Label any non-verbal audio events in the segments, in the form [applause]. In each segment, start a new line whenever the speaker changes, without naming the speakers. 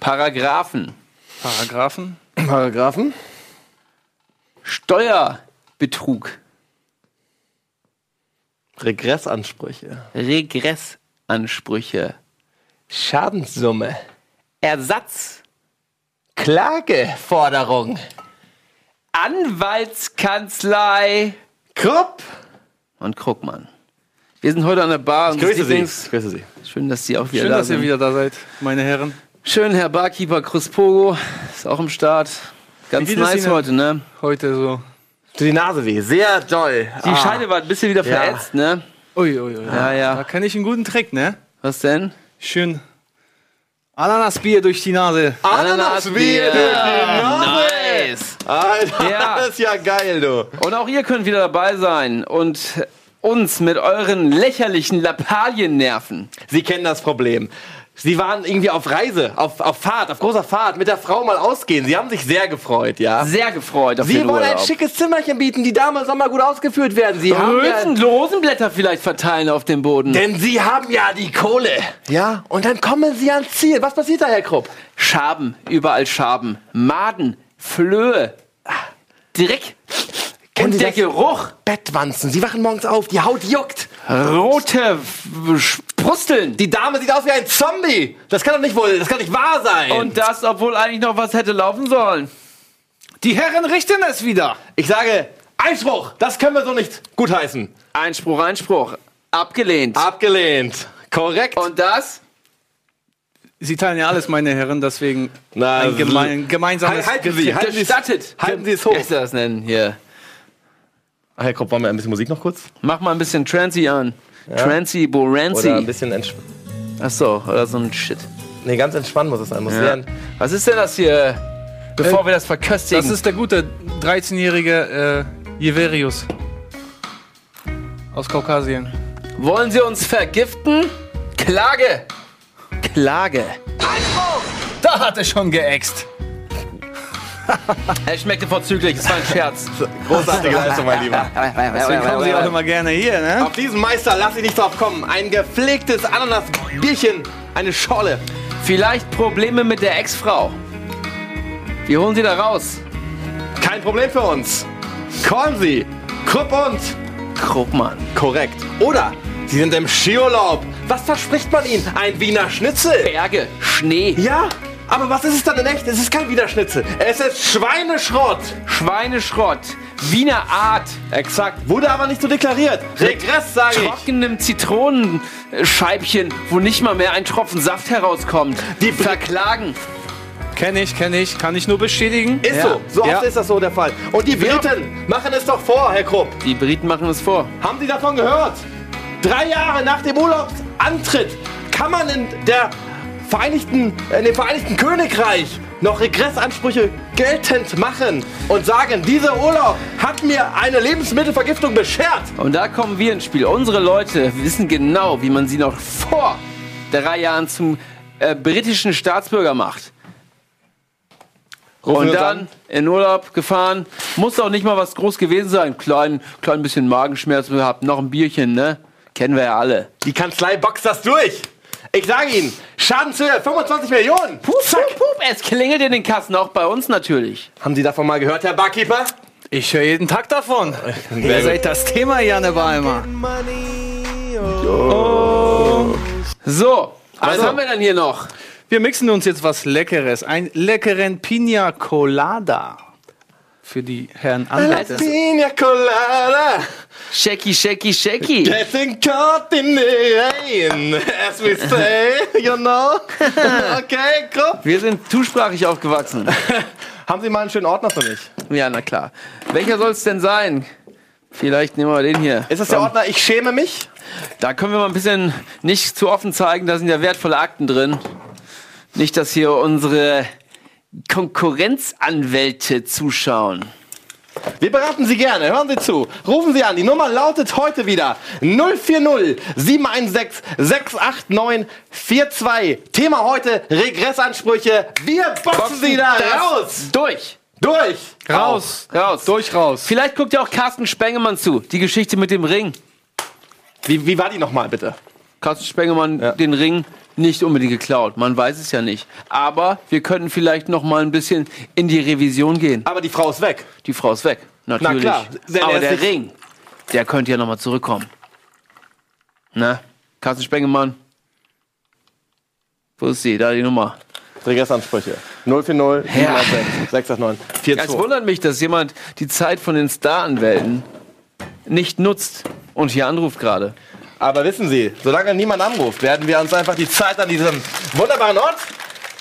Paragraphen.
Paragraphen.
Paragraphen.
Steuerbetrug.
Regressansprüche.
Regressansprüche.
Schadenssumme.
Ersatz.
Klageforderung.
Anwaltskanzlei.
Krupp.
Und Krugmann. Wir sind heute an der Bar. und
Grüße
das
Sie.
Lieblings-
Grüße Sie.
Schön, dass Sie auch wieder
Schön,
da
dass
sind.
ihr wieder da seid, meine Herren.
Schön, Herr Barkeeper Chris Pogo ist auch im Start. Ganz
Wie geht es
nice
Ihnen?
heute, ne?
Heute so.
Tut die Nase weh. Sehr doll.
Die Scheide war ein bisschen wieder
Ja.
verätzt, ne?
Ui, ui, ui.
Ah. Ja, ja.
Da kann ich einen guten Trick, ne?
Was denn?
Schön. Ananasbier durch die Nase.
Ananasbier.
Nice.
Alter,
Ja.
das ist ja geil, du.
Und auch ihr könnt wieder dabei sein und uns mit euren lächerlichen Lappalien nerven.
Sie kennen das Problem. Sie waren irgendwie auf Reise, auf, auf Fahrt, auf großer Fahrt, mit der Frau mal ausgehen. Sie haben sich sehr gefreut, ja.
Sehr gefreut auf
Sie
den
wollen
Urlaub.
ein schickes Zimmerchen bieten, die damals mal gut ausgeführt werden. Sie haben ja
Rösen, Rosenblätter vielleicht verteilen auf dem Boden.
Denn sie haben ja die Kohle. Ja, und dann kommen sie ans Ziel. Was passiert da, Herr Krupp?
Schaben, überall Schaben. Maden, Flöhe, Dreck.
Kennen
Und
Sie
der
das?
Geruch.
Bettwanzen. Sie wachen morgens auf, die Haut juckt.
Rote Pusteln.
Die Dame sieht aus wie ein Zombie. Das kann doch nicht wohl, das kann nicht wahr sein.
Und das, obwohl eigentlich noch was hätte laufen sollen.
Die Herren richten es wieder.
ich sage, Einspruch, das können wir so nicht gutheißen.
Einspruch, Einspruch. Abgelehnt.
Ah. Abgelehnt. Korrekt.
Und das?
Sie teilen ja alles, meine Herren, deswegen
Na,
ein gemein, gemeinsames.
halten Sie, halten Sie es,
Gestattet.
halten Sie es
Wie
hoch.
heißt das nennen hier?
Herr Krupp, wollen wir ein bisschen Musik noch kurz?
Mach mal ein bisschen Trancy an. Trancy,
Oder ein
Borancy.
bisschen entspannen.
Achso, oder so ein Shit.
Nee, ganz entspannen muss es sein. Muss
Ja.
sehr-
Was ist denn das hier? Bevor wir Äh, das verköstigen.
Das ist der gute 13-jährige äh, Jeverius aus Kaukasien.
Wollen Sie uns vergiften? Klage! Klage.
Da hat er schon geäxt.
Er schmeckte vorzüglich, es war ein Scherz.
[laughs] Großartige Leistung, mein Lieber.
Deswegen kommen sie auch
Deswegen
immer gerne hier, ne?
Auf diesen Meister lass ich nicht drauf kommen. Ein gepflegtes Ananasbierchen, eine Schorle.
Vielleicht Probleme mit der Ex-Frau. Wir holen sie da raus.
Kein Problem für uns. Korn Sie, Krupp und
Krugmann.
korrekt. Oder Sie sind im Skiurlaub. Was verspricht man Ihnen? Ein Wiener Schnitzel.
Berge, Schnee,
Ja, aber was ist es dann in echt? Es ist kein Wiener Schnitzel. Es ist Schweineschrott.
Schweineschrott, Wiener Art,
Exakt. Wurde aber nicht so deklariert. Äh, Regress, sage ich.
trockenem Zitronenscheibchen, wo nicht mal mehr ein Tropfen Saft herauskommt.
Die Br-
verklagen.
Kenn ich, kenn ich. Kann ich nur bestätigen.
Ist so. So oft
Ja.
ist das so der Fall. Und die
Ja.
Briten machen es doch vor, Herr Krupp.
Die Briten machen es vor.
Haben Sie davon gehört? Drei Jahre nach dem Urlaubsantritt kann man in, der Vereinigten, in dem Vereinigten Königreich noch Regressansprüche geltend machen und sagen, dieser Urlaub hat mir eine Lebensmittelvergiftung beschert.
Und da kommen wir ins Spiel. Unsere Leute wissen genau, wie man sie noch vor drei Jahren zum äh, britischen Staatsbürger macht.
Rufen wir
Und
uns
dann
an.
in Urlaub gefahren. Muss auch nicht mal was groß gewesen sein. Klein, klein bisschen Magenschmerz gehabt, noch ein Bierchen, ne? Kennen wir ja alle.
Die Kanzlei boxt das durch. Ich sage Ihnen, Schadenshöhe 25 Millionen.
Pup, pup, pup, es klingelt in den Kassen, auch bei uns natürlich.
Haben Sie davon mal gehört, Herr Barkeeper?
Ich höre jeden Tag davon. [laughs] Ihr seid das Thema, Janne Balmer.
So, was
Also.
haben wir denn hier noch?
Wir mixen uns jetzt was Leckeres. Einen leckeren Pina Colada. Für die Herren Anwälte.
Pina colada,
Shaky, shaky, shaky.
getting caught in the rain, as we say, you know. Okay, Krupp.
Wir sind zusprachig aufgewachsen.
Haben Sie mal einen schönen Ordner für mich?
Ja, na klar. Welcher soll es denn sein? Vielleicht nehmen wir den hier.
Ist das der Ordner Ich schäme mich?
Da können wir mal ein bisschen nicht zu offen zeigen, da sind ja wertvolle Akten drin. Nicht, dass hier unsere Konkurrenzanwälte zuschauen.
Wir beraten Sie gerne, hören Sie zu. Rufen Sie an, die Nummer lautet heute wieder 040 716 689 42. Thema heute Regressansprüche. Wir boxen, Sie da
Das
raus!
Durch!
Durch!
Raus.
Raus!
Durch raus.
Vielleicht guckt ja auch Carsten Spengemann zu. Die Geschichte mit dem Ring.
Wie, wie war die nochmal bitte?
Carsten Spengemann, den Ring nicht unbedingt geklaut. Man weiß es ja nicht. Aber wir können vielleicht noch mal ein bisschen in die Revision gehen.
Aber die Frau ist weg.
Die Frau ist weg. Natürlich.
klar. Wenn er
Aber
es
der
nicht-
Ring, der könnte ja noch mal zurückkommen. Na, Carsten Spengemann. Wo ist sie? Da die Nummer.
Regressansprüche. 040
Ja.
786 689
Ja, es
42.
wundert mich, dass jemand die Zeit von den Staranwälten nicht nutzt und hier anruft gerade.
Aber wissen Sie, solange niemand anruft, werden wir uns einfach die Zeit an diesem wunderbaren Ort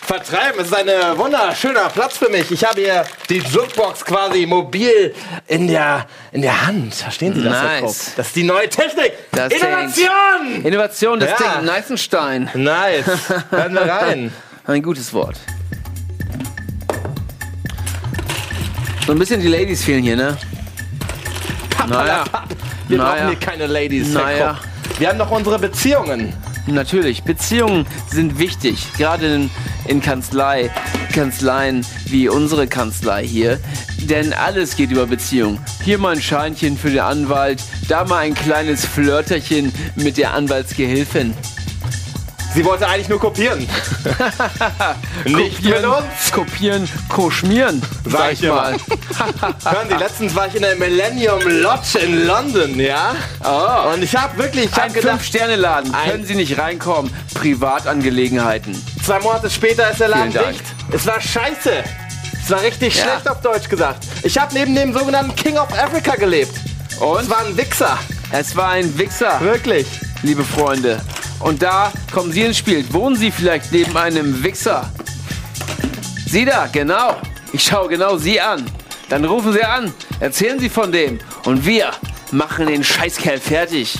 vertreiben. Es ist ein äh, wunderschöner Platz für mich. Ich habe hier die Jukebox quasi mobil in der, in der Hand. Verstehen Sie das? Herr
Nice.
Krupp? Das ist die neue Technik.
Das Ding.
Innovation!
Innovation, das
Ja.
Ding, Neisenstein.
Nice. Hören
[laughs]
wir rein.
Ein gutes Wort. So ein bisschen die Ladies fehlen hier, ne? Naja,
Wir
Naja.
brauchen hier keine Ladies. Herr
Naja.
Krupp. Wir haben noch unsere Beziehungen.
natürlich. Beziehungen sind wichtig. Gerade in, in Kanzlei, Kanzleien wie unsere Kanzlei hier. Denn alles geht über Beziehungen. Hier mal ein Scheinchen für den Anwalt, da mal ein kleines Flirterchen mit der
[laughs]
Anwaltsgehilfin.
Sie wollte eigentlich nur kopieren. Nicht mit uns.
kopieren, koschmieren,
Sag
sag ich
ich immer.
[laughs] mal.
Hören Sie, letztens war ich in der Millennium Lodge in London, ja? Oh. Und ich habe wirklich, ich habe
Ein
gedacht,
Fünf-Sterne-Laden.
Ein-
Können Sie nicht reinkommen. Privatangelegenheiten.
zwei Monate später ist der Laden
Vielen Dank.
dicht. Es war scheiße. Es war richtig
Ja.
schlecht auf Deutsch gesagt. Ich habe neben dem sogenannten King of Africa gelebt. Es
Und
war ein Wichser,
es war ein Wichser,
wirklich.
liebe Freunde. Und da kommen Sie ins Spiel. Wohnen Sie vielleicht neben einem Wichser? Sie da, genau. Ich schaue genau Sie an. Dann rufen Sie an, erzählen Sie von dem. Und wir machen den Scheißkerl fertig.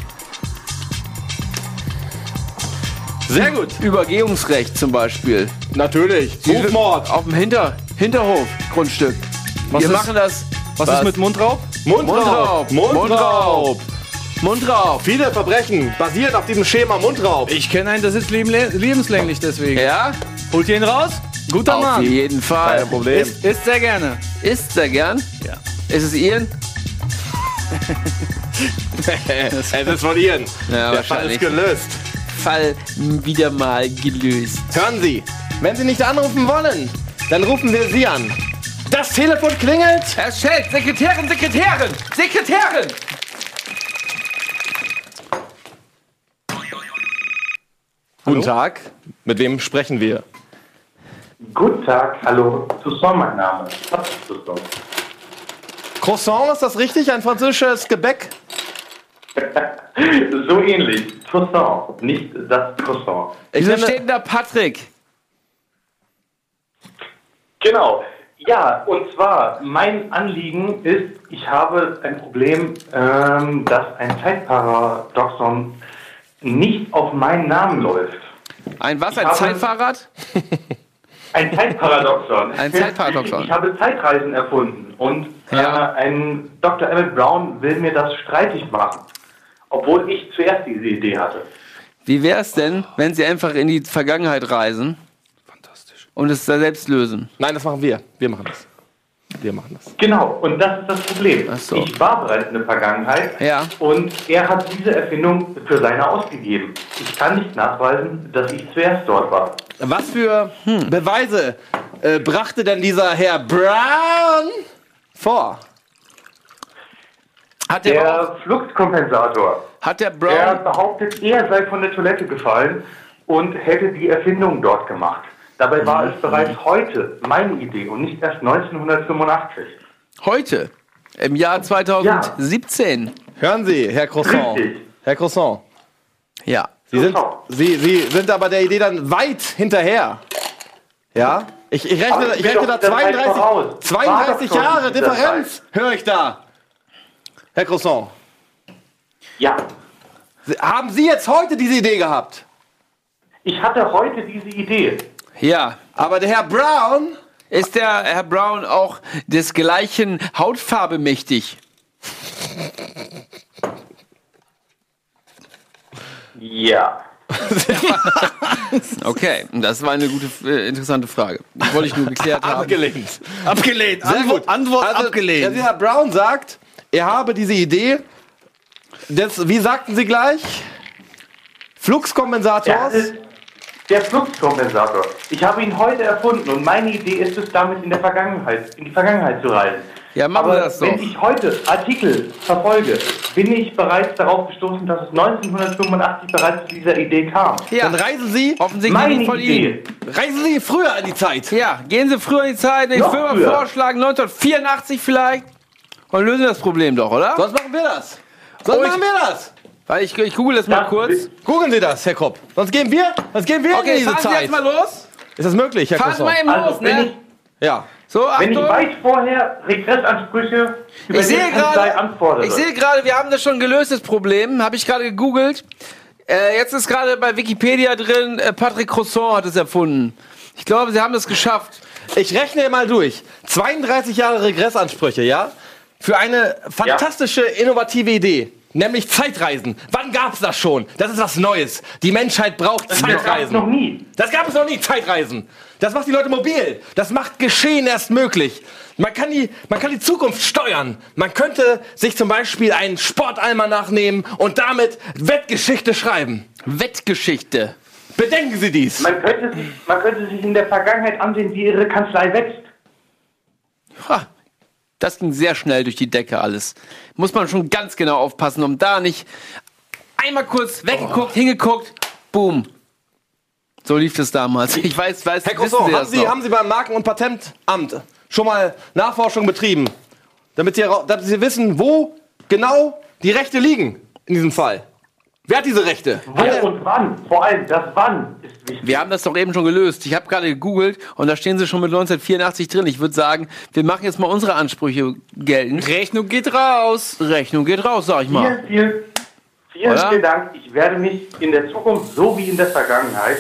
Sehr gut.
Übergehungsrecht zum Beispiel.
Natürlich.
Sie- Auf dem Hinter Hinterhof Grundstück. wir
ist-
machen das.
Was, ist mit Mundraub?
Mundraub.
Mundraub.
Mundraub. Mund drauf?
Viele Verbrechen basieren auf diesem Schema Mundraub.
Ich kenne einen, das ist leben, lebenslänglich deswegen.
Ja?
Holt ihr ihn raus? Guter
Auf
Mann.
jeden Fall.
Problem.
Isst, isst sehr gerne.
Isst sehr gern.
Ja.
Ist es Ian?
es ist von Ihnen.
Ja,
der Fall ist
wahrscheinlich.
gelöst.
Fall wieder mal gelöst.
Hören Sie, wenn Sie nicht anrufen wollen, dann rufen wir Sie an. Das Telefon klingelt.
Herr Schell, Sekretärin, Sekretärin, Sekretärin!
Guten Tag. Mit wem sprechen wir?
Guten Tag, hallo, Toussaint mein Name. Was ist Toussaint? [laughs]
Croissant, ist das richtig? Ein französisches Gebäck?
So ähnlich, Toussaint, nicht das Croissant.
Wieso
nenne-
steht denn da Patrick?
Genau, ja, und zwar, mein Anliegen ist, ich habe ein Problem, ähm, dass ein Zeitparadoxon nicht auf meinen Namen läuft.
Ein was? Ein
habe-
Zeitfahrrad?
Ein Zeitparadoxon.
Ein Zeitparadoxon.
Ich habe Zeitreisen erfunden und
Ja.
äh, ein Dr. Emmett Brown will mir das streitig machen, obwohl ich zuerst diese Idee hatte.
Wie wäre es denn, wenn Sie einfach in die Vergangenheit reisen
Fantastisch.
und es da selbst lösen?
Nein, das machen wir. Wir machen das. Wir machen das.
Genau, und das ist das Problem.
Ach so.
Ich war bereits in der Vergangenheit
Ja.
und er hat diese Erfindung für seine ausgegeben. Ich kann nicht nachweisen, dass ich zuerst dort war.
Was für
Hm.
Beweise äh, brachte denn dieser Herr Brown vor?
Hat der,
Der Fluchtkompensator,
hat der
er
Brown.
behauptet, er sei von der Toilette gefallen und hätte die Erfindung dort gemacht. Dabei war
Mhm.
es bereits heute meine Idee und nicht erst 1985.
Heute, im Jahr 2017.
Hören Sie, Herr Croissant.
Richtig.
Herr Croissant,
Ja.
Sie sind,
Croissant.
Sie, Sie sind aber der Idee dann weit hinterher. Ja? Ich, ich rechne,
Aber
ich
ich bin
rechne
doch
da
dieser Zeit
32,
voraus.
32
War doch schon
Jahre
dieser Zeit.
Differenz, höre ich da. Herr Croissant,
Ja,
Sie- haben Sie jetzt heute diese Idee gehabt?
ich hatte heute diese Idee.
Ja.
Aber der Herr Brown,
Ist der Herr Brown auch des gleichen Hautfarbe mächtig?
Ja.
Okay, das war eine gute, äh, interessante Frage. Die wollte ich nur geklärt haben.
abgelehnt.
[laughs] Abgelehnt.
Sehr
Antwort,
gut.
Antwort
also,
abgelehnt.
Also Herr Brown sagt, er habe diese Idee des, wie sagten Sie gleich? Fluxkompensators?
Das ist Der Fluxkompensator. Ich habe ihn heute erfunden und meine Idee ist es, damit in der Vergangenheit, in die Vergangenheit zu reisen.
Ja, machen
Aber
wir das doch.
Wenn ich heute Artikel verfolge, bin ich bereits darauf gestoßen, dass es 1985 bereits zu dieser Idee kam.
Ja,
Dann reisen Sie.
offensichtlich
Meine
nicht von Ihnen.
Idee.
Reisen Sie früher an die Zeit.
Ja, gehen Sie früher in die Zeit. Ich
Noch
würde mal
früher.
vorschlagen, 1984 vielleicht. Und lösen das Problem doch, oder?
Sonst machen wir das. Sonst
Oh, ich-
machen wir das.
Weil ich, ich google das mal
Das
kurz.
Googeln Sie das, Herr Kopp. Sonst gehen wir, sonst gehen wir in
Okay,
diese
fahren Sie
Zeit.
jetzt mal los.
Ist das möglich, Herr
Fahren Sie
Kossau?
mal eben los,
Also, wenn
ne?
ich,
Ja.
So,
wenn ich
Achtung.
weit vorher Regressansprüche über
Ich
die
sehe
Kanzlei
gerade,
anfordere.
ich sehe gerade, wir haben das schon gelöst, das Problem. Habe ich gerade gegoogelt. Äh, jetzt ist gerade bei Wikipedia drin, äh, Patrick Croissant hat es erfunden. Ich glaube, sie haben es geschafft.
Ich rechne mal durch. 32 Jahre Regressansprüche, ja? Für eine fantastische, innovative Idee. Nämlich Zeitreisen. Wann gab's das schon? Das ist was Neues. Die Menschheit braucht
Äh,
das gab es
Zeitreisen.
noch nie.
Das gab es noch nie, Zeitreisen. Das macht die Leute mobil. Das macht Geschehen erst möglich. Man kann, die, man kann die Zukunft steuern. Man könnte sich zum Beispiel einen Sportalmanach nehmen und damit Wettgeschichte schreiben.
Wettgeschichte.
Bedenken Sie dies.
Man könnte, sich, man könnte sich in der Vergangenheit ansehen, wie ihre Kanzlei wächst.
Ha, das ging sehr schnell durch die Decke alles. Muss man schon ganz genau aufpassen, um da nicht einmal kurz weggeguckt,
Oh.
hingeguckt, boom. So lief das damals. Ich weiß, weiß,
Herr
wissen
Croissant,
Sie
haben
das
Sie,
noch?
haben Sie beim Marken- und Patentamt schon mal Nachforschung betrieben? Damit Sie, hera- damit Sie wissen, wo genau die Rechte liegen in diesem Fall. Wer hat diese Rechte?
Wo und wann? Vor allem das Wann ist wichtig.
Wir haben das doch eben schon gelöst. Ich habe gerade gegoogelt und da stehen Sie schon mit 1984 drin. Ich würde sagen, wir machen jetzt mal unsere Ansprüche geltend.
Rechnung geht raus.
Rechnung geht raus, sag ich mal.
Vielen, vielen, vielen,
Oder?
vielen Dank. Ich werde mich in der Zukunft so wie in der Vergangenheit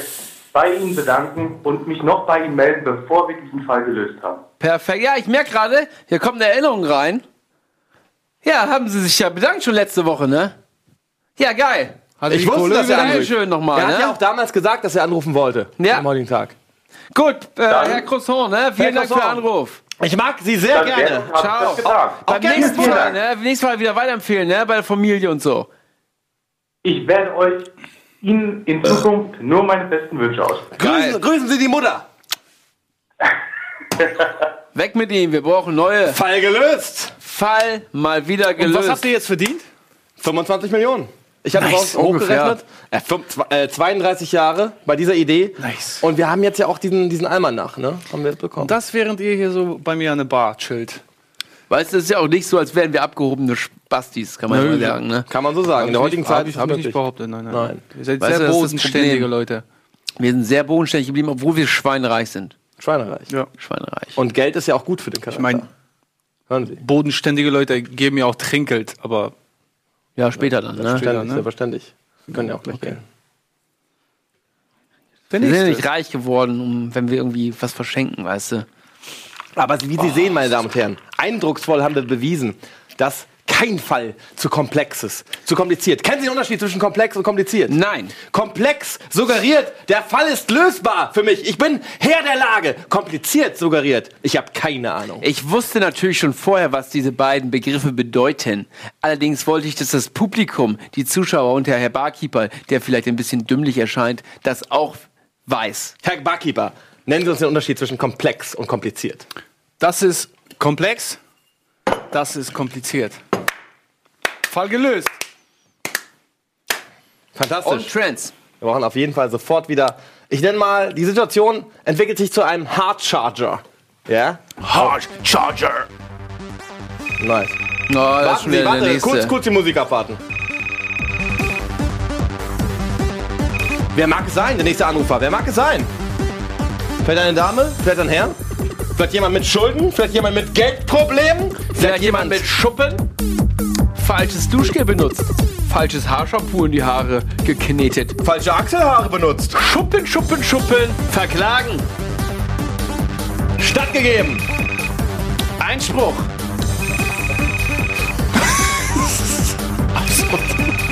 bei Ihnen bedanken und mich noch bei Ihnen melden, bevor wir diesen Fall gelöst haben.
Perfekt. Ja, ich merke gerade, hier kommt eine Erinnerung rein. Ja, haben Sie sich ja bedankt schon letzte Woche, ne? Ja, geil.
Hatte
Ich
die
wusste,
Kohle
dass er
wieder?
anruft.
Dankeschön nochmal,
Er hat
ne?
ja auch damals gesagt, dass er anrufen wollte.
Ja.
Am heutigen Tag.
Gut, äh, Herr Croissant, ne? Vielen Dank für den
Croissant.
Anruf.
Ich mag Sie sehr gerne.
Habe ich das getan.
Beim
gerne
nächsten
wieder.
Mal, ne? Nächstes Mal wieder weiterempfehlen, ne? Bei der Familie und so.
Ich werde euch Ihnen in Zukunft nur meine besten Wünsche aussprechen.
Grüßen, grüßen Sie die Mutter.
Weg mit ihm, wir brauchen neue.
Fall gelöst.
Fall mal wieder gelöst.
Was habt ihr jetzt verdient?
25 Millionen. Ich habe
Nice,
nice, hochgerechnet. Äh, fünf- zwe- äh, 32 Jahre bei dieser Idee.
Nice.
Und wir haben jetzt ja auch diesen, diesen Almanach, ne? Haben wir jetzt bekommen.
Das, während ihr hier so bei mir an der Bar chillt.
Weißt du, es ist ja auch nicht so, als wären wir abgehobene Spastis, kann man
Nö.
mal sagen, ne?
Kann man so sagen. In der heutigen Zeit
Habe ich,
ist
hab ich
möglich.
nicht behauptet. Nein, nein.
Nein.
Ihr seid
Weißt du,
sehr
das ist das
bodenständige
Problem.
Leute.
Wir sind sehr bodenständig geblieben, obwohl wir schweinreich sind.
Schweinereich.
Ja.
Schweinreich.
Und Geld ist ja auch gut für den Charakter.
mein-
Hören Sie.
Bodenständige Leute geben mir auch Trinkgeld, aber
ja, später dann, ne?
Verständlich,
ne?
selbstverständlich. Wir können ja auch gleich gehen.
der
Wir sind ja
nächste.
nicht reich geworden, um, wenn wir irgendwie was verschenken, weißt du?
Aber wie Sie sehen, meine Damen und Herren, eindrucksvoll haben wir bewiesen, dass kein Fall zu komplex ist, zu kompliziert. Kennen Sie den Unterschied zwischen komplex und kompliziert?
Nein.
Komplex suggeriert, der Fall ist lösbar für mich. Ich bin Herr der Lage. Kompliziert suggeriert, ich habe keine Ahnung.
Ich wusste natürlich schon vorher, was diese beiden Begriffe bedeuten. Allerdings wollte ich, dass das Publikum, die Zuschauer und der Herr Barkeeper, der vielleicht ein bisschen dümmlich erscheint, das auch weiß.
Herr Barkeeper, nennen Sie uns den Unterschied zwischen komplex und kompliziert.
Das ist komplex. Das ist kompliziert. Fall gelöst.
Fantastisch.
Und Trends.
Wir brauchen auf jeden Fall sofort wieder. Ich nenne mal, die Situation entwickelt sich zu einem Hard Charger. Ja?
Hard Charger. Oh, das
Nice.
ist schon
Warten
wieder
Sie,
der
warte,
nächste.
kurz, kurz die Musik abwarten. Wer mag es sein, der nächste Anrufer? Wer mag es sein? Vielleicht eine Dame? Vielleicht ein Herr? Vielleicht jemand mit Schulden? Vielleicht jemand mit Geldproblemen? Vielleicht,
Vielleicht jemand mit Schuppen? Falsches Duschgel benutzt. Falsches Haarshampoo in die Haare geknetet.
falsche Achselhaare benutzt?
Schuppen, Schuppen, Schuppen. Verklagen.
Stattgegeben!
Einspruch.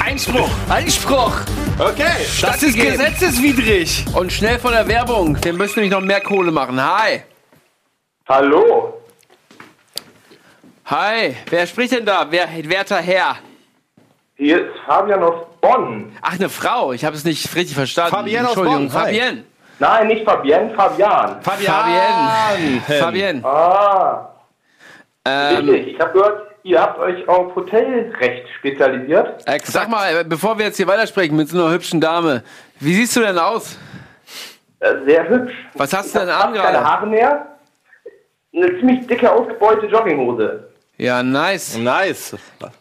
Einspruch. Einspruch.
Okay,
Das ist Gesetz.
gesetzeswidrig.
Und schnell von der Werbung. Wir müssen nämlich noch mehr Kohle machen. Hi.
Hallo,
Hi. Wer spricht denn da? Wer, werter Herr?
Hier ist Fabian aus Bonn.
Ach, eine Frau. Ich habe es nicht richtig verstanden.
Fabienne aus
Entschuldigung,
Bonn, hi.
Fabienne.
Nein, nicht Fabienne, Fabian.
Fabienne. Fabienne.
Ah,
Ähm,
richtig. Ich habe gehört, ihr habt euch auf Hotelrecht spezialisiert.
sag mal, äh, bevor wir jetzt hier weitersprechen mit so einer hübschen Dame, wie siehst du denn aus?
Äh, Sehr hübsch.
Was hast du denn
Hab
an
keine
gerade?
Haare mehr. Eine ziemlich dicke, ausgebeulte Jogginghose.
Ja, nice.
Nice.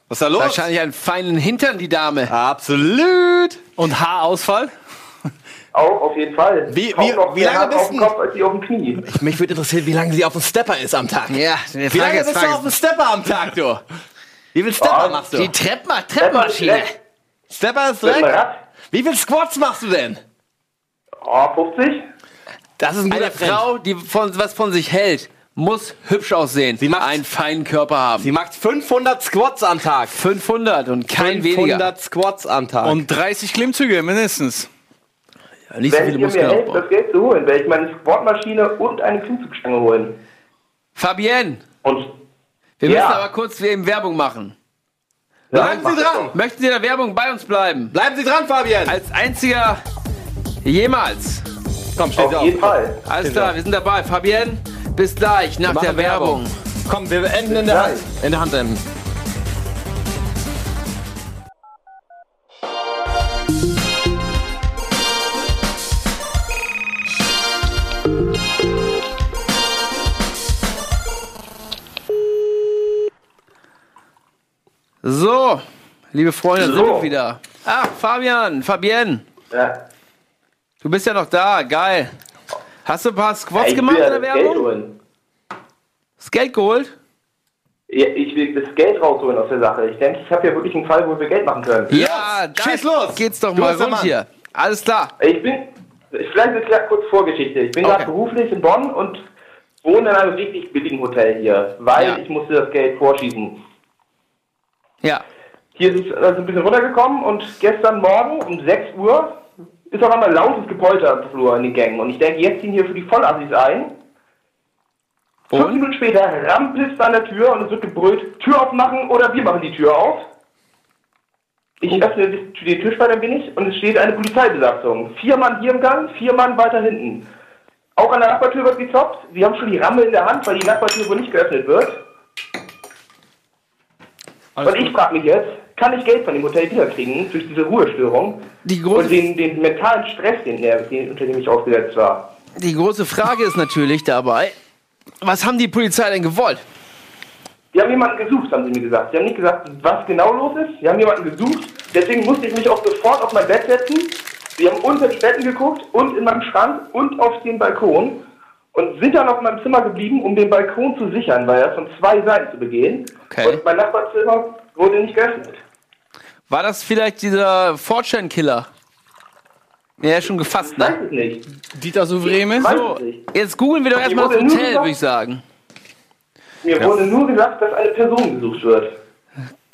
Was ist da los?
Wahrscheinlich einen feinen Hintern, die Dame.
Absolut.
Und Haarausfall?
Auch auf jeden Fall.
Wie-
Kaum
wie-
noch
wie
mehr
lange
Haare
bist
auf dem
du-
Kopf als die auf dem Knie?
Mich würde interessieren, wie lange sie auf dem Stepper ist am Tag.
Ja,
Wie lange bist du auf dem Stepper am Tag, du? Wie viel Stepper machst
Die
du?
Treppma Treppenmaschine.
Stepper ist
Mit dem
weg.
Rad?
Wie viel Squats machst du denn?
Oh, 50?
Das ist ein
Eine Frau, die von, was von sich hält, muss hübsch aussehen. Sie
macht-
einen feinen Körper haben.
Sie macht 500 Squats am Tag.
500 und kein weniger.
Squats am Tag.
Und 30 Klimmzüge mindestens.
Nicht so
Wenn
viele
ihr mir
Muskeln
helft,
aufbauen.
das Geld zu holen, werde ich meine Sportmaschine und eine Klimmzugstange holen.
Fabienne,
Und
wir
Ja.
müssen aber kurz eben Werbung machen.
Bleiben Sie dran.
Möchten Sie in der Werbung bei uns bleiben?
Bleiben Sie dran, Fabian.
Als einziger jemals.
Komm, stehen
auf
Sie auf.
jeden Fall.
Alles klar, wir sind dabei. Fabienne, bis gleich nach
Genau. machen
der Werbung.
Komm, wir enden in der Hand. In der Hand enden.
So, liebe Freunde,
So.
sind wir wieder. Ach, Fabian, Fabienne,
Ja.
du bist ja noch da. Geil. Hast du ein paar Squats
Ich will
gemacht in
ja
der
das Geld
Werbung?
holen.
Das Geld geholt?
Ja, ich will das Geld rausholen aus der Sache. Ich denke, ich habe hier wirklich einen Fall, wo wir Geld machen können.
Ja, da
schieß los.
Geht's doch
Du
mal
bist der
rund
Mann.
hier. Alles klar.
Ich bin, vielleicht eine kle- kurz Vorgeschichte. Ich bin
Okay.
gerade beruflich in Bonn und wohne in einem richtig billigen Hotel hier, weil
Ja.
ich musste das Geld vorschießen.
Ja.
Hier ist es also ein bisschen runtergekommen und gestern Morgen um 6 Uhr ist auf einmal lautes Gepolter am Flur in den Gängen. Und ich denke, jetzt ziehen hier für die Vollassis ein. Fünf
Und?
Minuten später rampelst du an der Tür und es wird gebrüllt, Tür aufmachen oder wir machen die Tür auf. Ich
Oh.
öffne die- den Türspalt ein wenig und es steht eine Polizeibesatzung. Vier Mann hier im Gang, vier Mann weiter hinten. Auch an der Nachbartür wird gezopft. Sie haben schon die Ramme in der Hand, weil die Nachbartür wohl nicht geöffnet wird. und ich frage mich jetzt, kann ich Geld von dem Hotel wiederkriegen durch diese Ruhestörung
Die
und
große,
den, den mentalen Stress, den, der, den, unter dem ich ausgesetzt war?
die große Frage ist natürlich dabei, was haben die Polizei denn gewollt?
Die haben jemanden gesucht, haben sie mir gesagt. Sie haben nicht gesagt, was genau los ist. Sie haben jemanden gesucht. Deswegen musste ich mich auch sofort auf mein Bett setzen. Sie haben unter die Betten geguckt und in meinem Schrank und auf den Balkon und sind dann auf meinem Zimmer geblieben, um den Balkon zu sichern, weil er ist von zwei Seiten zu begehen.
Okay.
Und mein Nachbarzimmer wurde nicht geöffnet.
War das vielleicht dieser Fortune-Killer? Ja, ist schon gefasst,
Weiß
ne?
es nicht.
Dieter Souvreme?
Weiß
So,
es nicht.
jetzt googeln wir doch erstmal das
wurde nur
Hotel,
gesagt-
würde ich sagen.
Mir wurde nur gesagt, dass eine Person gesucht wird.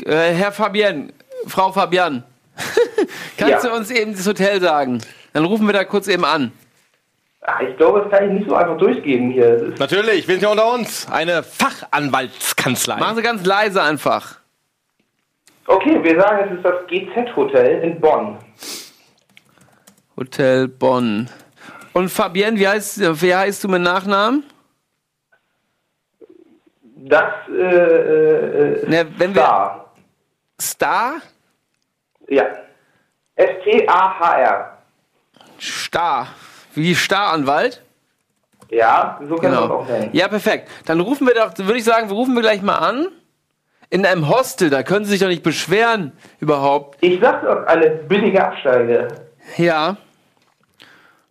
Äh, Herr Fabian, Frau Fabian, [laughs] kannst
Ja.
du uns eben das Hotel sagen? Dann rufen wir da kurz eben an.
Ah, ich glaube, das kann ich nicht so einfach durchgeben hier. Es ist-
Natürlich, wir sind ja unter uns. Eine Fachanwaltskanzlei.
Machen Sie ganz leise einfach.
Okay, wir sagen, es ist das GZ-Hotel in Bonn.
Hotel Bonn. Und Fabienne, wie heißt, wie heißt du mit Nachnamen?
Das, äh, äh, äh,
Ne, wenn wir
Star.
Star?
Ja. S-T-A-H-R.
Star. Wie Staranwalt?
Ja, so kann man es
Genau.
auch nennen.
Ja, perfekt. Dann rufen wir doch, würde ich sagen, rufen wir gleich mal an. In einem Hostel, da können Sie sich doch nicht beschweren überhaupt.
Ich sagte doch, eine billige Absteige.
Ja.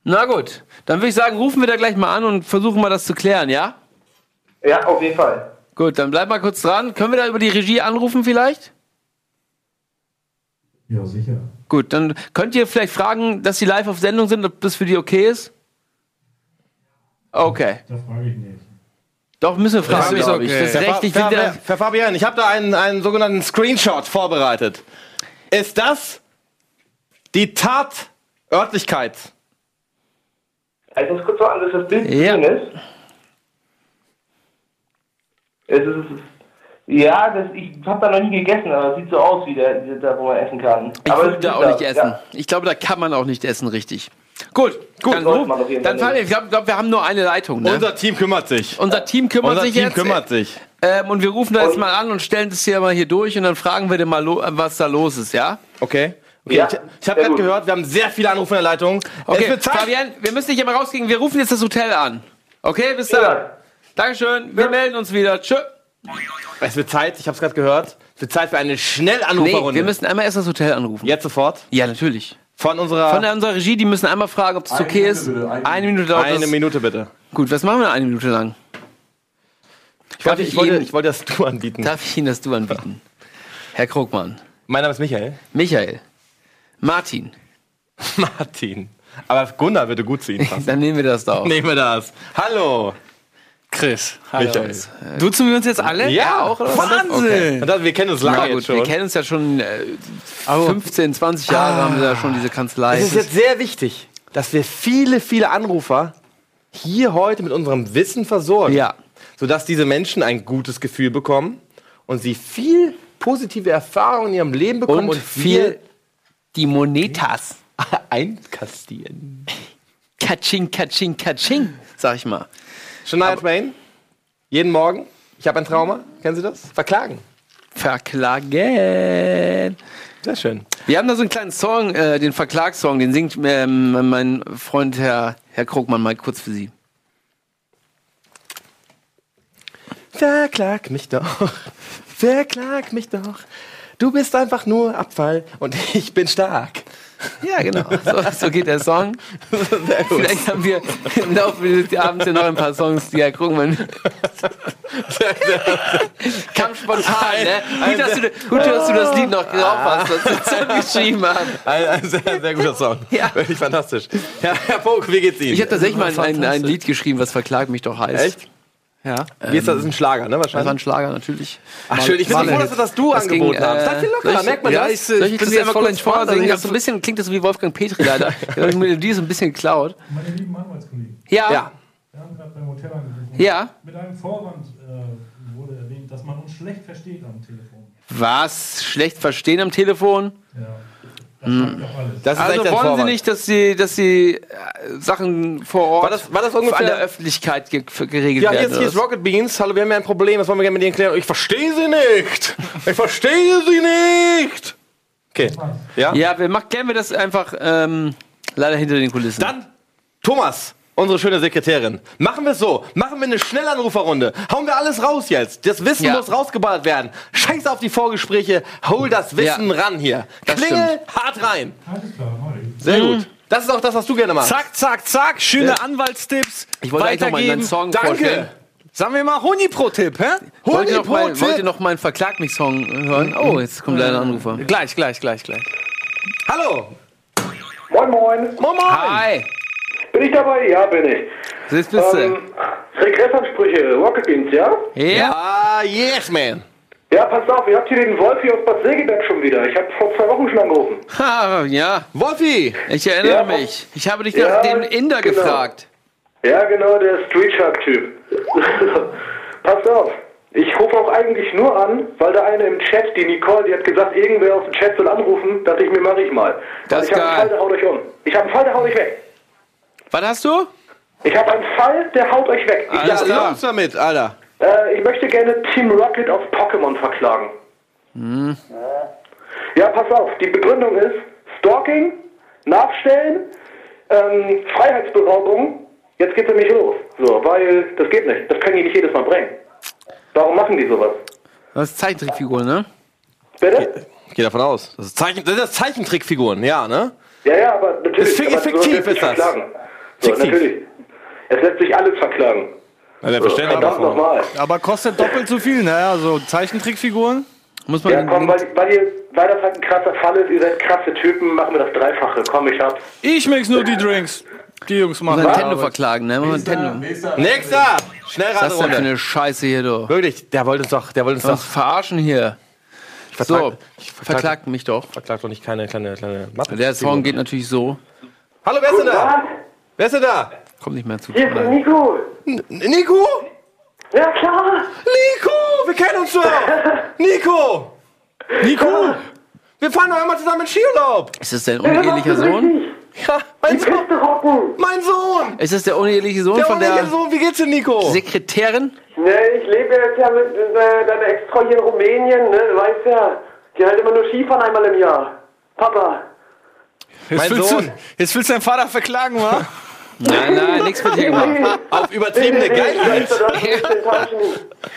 Na gut, dann würde ich sagen, rufen wir da gleich mal an und versuchen mal das zu klären, ja?
Ja, auf jeden Fall.
Gut, dann bleib mal kurz dran. Können wir da über die Regie anrufen vielleicht?
Ja, sicher.
Gut, dann könnt ihr vielleicht fragen, dass sie live auf Sendung sind, ob das für die okay ist? Okay.
Da frage ich nicht.
Doch, müssen wir
Das
fragen,
ist
glaube ich.
okay.
Das ist
Herr,
rechtlich
Fa- Herr,
wieder.
Herr Fabian, ich habe da einen, einen sogenannten Screenshot vorbereitet. Ist das die Tatörtlichkeit?
Ich muss kurz sagen, dass das Bild
Ja.
drin ist. Es ist
Ja, das, ich habe da noch nie gegessen, aber es sieht so aus, wie der, da, wo man essen kann.
Ich
aber
würde
es
da
ist
auch nicht essen.
Ja.
Ich glaube, da kann man auch nicht essen, richtig. Gut, gut. Dann,
Sollte man auf jeden
dann
Fall
fahren wir. Ich glaube, glaub, wir haben nur eine Leitung. Ne? Unser,
Unser Team kümmert sich.
Team kümmert
Unser
sich
Team
jetzt.
kümmert sich.
Ähm, und wir rufen da jetzt mal an und stellen das hier mal hier durch und dann fragen wir den mal, lo- äh, was da los ist, ja?
Okay. okay.
Ja,
ich ich habe
sehr
gerade
gut.
gehört, wir haben sehr viele Anrufe in der Leitung. Es
Okay,
wird Zeit.
Fabian, wir müssen nicht immer rausgehen. Wir rufen jetzt das Hotel an. Okay, bis dann.
Ja.
Dankeschön. Wir melden uns wieder. Tschö.
Es wird Zeit, ich habe es gerade gehört. Es wird Zeit für eine
Nee,
Schnellanruferrunde.
wir müssen einmal erst das Hotel anrufen.
Jetzt sofort.
Ja, natürlich.
Von unserer
Von unserer Regie, die müssen einmal fragen, ob das okay ist. eine Minute dauert
eine
das.
Minute bitte.
Gut, was machen wir eine Minute lang?
Ich wollte,
ich
ich, wollte,
Ihnen-
ich wollte das Du anbieten.
Darf ich Ihnen das Du
[laughs]
anbieten? Herr Krogmann,
Mein Name ist Michael. [laughs]
Michael, Martin,
Martin. Aber Gunnar würde gut zu Ihnen passen.
dann [laughs] nehmen wir das da auf.
Nehmen wir das. Hallo.
Chris.
Michael.
Duzen wir uns jetzt alle?
Ja, auch.
Wahnsinn.
Und das, wir kennen uns
Na
lange
gut,
jetzt schon.
wir kennen uns ja schon äh, 15, 20
Ah.
Jahre haben wir ja schon diese Kanzlei.
Es ist jetzt sehr wichtig, dass wir viele, viele Anrufer hier heute mit unserem Wissen versorgen.
Ja.
Sodass diese Menschen ein gutes Gefühl bekommen und sie viel positive Erfahrungen in ihrem Leben bekommen
und viel [laughs] die Monetas.
wir einkastieren.
Katsching, katsching, katsching, sag ich mal.
Shania Twain, jeden Morgen, ich habe ein Trauma, kennen Sie das? Verklagen.
Verklagen.
Sehr schön.
Wir haben da so einen kleinen Song, äh, den Verklagssong, den singt ähm, mein Freund Herr, Herr Krogmann mal kurz für Sie.
Verklag mich doch, verklag mich doch. Du bist einfach nur Abfall und [laughs] ich bin stark.
Ja, genau. So, so geht der
[laughs]
Song. Vielleicht haben wir im Laufe des Abends ja noch ein paar Songs, die Herr Krugmann. Kam spontan, ne? Gut, dass du, gut, dass du das Lied noch drauf
Ah.
hast, was wir zusammen geschrieben haben.
Ein, ein sehr, sehr guter Song.
Ja.
Wirklich fantastisch. Ja, Herr Vogt, wie geht's Ihnen?
Ich habe tatsächlich mal ein, ein, ein Lied geschrieben, was Verklag mich doch heißt.
Echt?
Ja.
Wie ist das? das
Ähm,
ist ein Schlager, ne?
Das war ein
Wahrscheinlich.
Schlager natürlich.
Ach, schön. Ich bin so
Marley.
froh, dass wir das Du
Das ging,
angeboten haben.
äh,
Seid ihr
soll
lockerer,
ich-
merkt man
ja,
das?
ich, äh,
Soll
ich bin sehr voll entspannt.
Also,
Also,
ich
ich
hab so ein bisschen klingt das so wie Wolfgang Petri leider. [laughs] Der hat die Melodie so ein bisschen geklaut.
Meine lieben Arbeitskollegen,
Ja.
Ja.
wir haben gerade beim Hotel angerufen.
Ja.
Mit einem Vorwand äh, wurde erwähnt, dass man uns schlecht versteht am Telefon.
Was? Schlecht verstehen am Telefon?
Ja. Das sagt doch alles.
Das ist
Also
echt ein
wollen Sie
Vorwand.
nicht, dass die, dass die äh, Sachen vor Ort
War das- war das ungefähr-
an der Öffentlichkeit ge f- geregelt
Ja, hier
werden?
ist, hier ist
oder was?
Rocket Beans. Hallo, wir haben ja ein Problem. Was wollen wir gerne mit Ihnen klären? Ich verstehe Sie nicht. Ich verstehe Sie nicht. Okay. Ja?
ja, wir machen gerne wir das einfach ähm, leider hinter den Kulissen.
Dann, Thomas, unsere schöne Sekretärin. Machen wir es so. Machen wir eine Schnellanruferrunde. Hauen wir alles raus jetzt. Das Wissen
Ja.
muss rausgeballert werden. Scheiß auf die Vorgespräche. Hol das Wissen ran hier.
Das
Klingel hart rein.
Alles klar, mach ich.
Sehr gut. Das ist auch das, was du gerne machst.
Hm. Zack, zack, zack. Schöne Anwaltstipps.
ich wollte eigentlich noch mal meinen Song vorstellen.
Sagen wir mal Honi-Pro-Tipp, hä?
Wollt ihr noch, mal,
Honi-Pro-Tipp.
wollt ihr noch meinen Verklag mich Song hören? Oh, jetzt kommt leider ein
Ähm,
Anrufer.
Gleich, gleich, gleich, gleich.
Hallo.
Moin Moin,
Moin, moin.
Hi,
bin ich dabei? Ja, bin ich.
das bist du.
Ähm, Regressansprüche, Rocket Beans, ja?
Ja,
Ah, yes, man.
Ja, passt auf, ihr habt hier den Wolf hier aus Bad Segeberg schon wieder. Ich habe vor zwei Wochen schon angerufen.
ha, ja,
Wolfi.
ich erinnere
Ja,
mich. Ich habe dich nach
Ja,
dem Inder
genau.
gefragt.
Ja, genau, der Street Shark Typ. [laughs] passt auf. Ich rufe auch eigentlich nur an, weil da eine im Chat, die Nicole, die hat gesagt, irgendwer aus dem Chat soll anrufen, dachte ich mir, mache ich mal.
Das
Und
ist
ich habe einen
geil.
Fall, der haut euch um. Ich habe einen Fall, der haut euch weg.
Was hast du?
Ich habe einen Fall, der haut euch weg. Ich,
Ja,
Alles klar.
los damit, Alter.
Äh, ich möchte gerne Team Rocket auf Pokémon verklagen.
Hm.
Ja, pass auf, die Begründung ist Stalking, Nachstellen, ähm, Freiheitsberaubung. Jetzt geht's nämlich los. So, weil das geht nicht. Das können die nicht jedes Mal bringen. Warum machen die sowas?
Das ist Zeichentrickfigur, ne?
Bitte?
Ich gehe davon aus. Das ist, Zeichen, das ist Zeichentrickfiguren, ja, ne?
Ja, ja, aber natürlich.
Ist fik-
aber sowas
fiktiv
lässt sich
ist das.
Verklagen. So,
Fiktiv.
natürlich. Es lässt sich alles verklagen.
Also,
So, verdammt nochmal.
Aber kostet doppelt so viel, ne? Also Zeichentrickfiguren.
Muss man
Ja, komm, weil, weil, ihr, weil das halt ein krasser Fall ist, ihr seid krasse Typen, machen wir das Dreifache. Komm, ich [laughs] hab's.
Ich mix nur die Drinks. Die Jungs machen
Nintendo verklagen, ne?
äh,
Nintendo. Was
Nächster.
ist das denn für
Schnellraterunde.
eine Scheiße hier, du?
Wirklich, der wollte uns doch, der wollte uns
Was
doch.
verarschen hier? so,
verklag- ich verklag-
verklagt mich doch.
Verklagt doch nicht keine kleine, kleine Mappe.
Der Song geht natürlich so.
Hallo, wer ist denn da? Wer ist denn da?
Kommt nicht mehr zu.
Nico!
Nico?
Ja, klar!
Nico, wir kennen uns [laughs] doch! Nico! Nico! Wir fahren doch einmal zusammen in Skiurlaub!
Ist das dein unehelicher Sohn?
[laughs] Ja, mein Sohn!
Kiste rocken!
Mein Sohn!
Ist das der uneheliche Sohn
Der
von der
unendliche Sohn, wie geht's dir, Nico?
Sekretärin?
Ne, ich lebe jetzt ja mit äh, deiner Ex-Frau hier in Rumänien, ne? Du weißt ja, die halt immer nur Skifahren einmal im Jahr. Papa.
Jetzt willst,
Sohn.
du, jetzt willst du deinen Vater verklagen, wa?
Nein, nein, nichts mit dir gemacht.
Auf übertriebene Geilheit!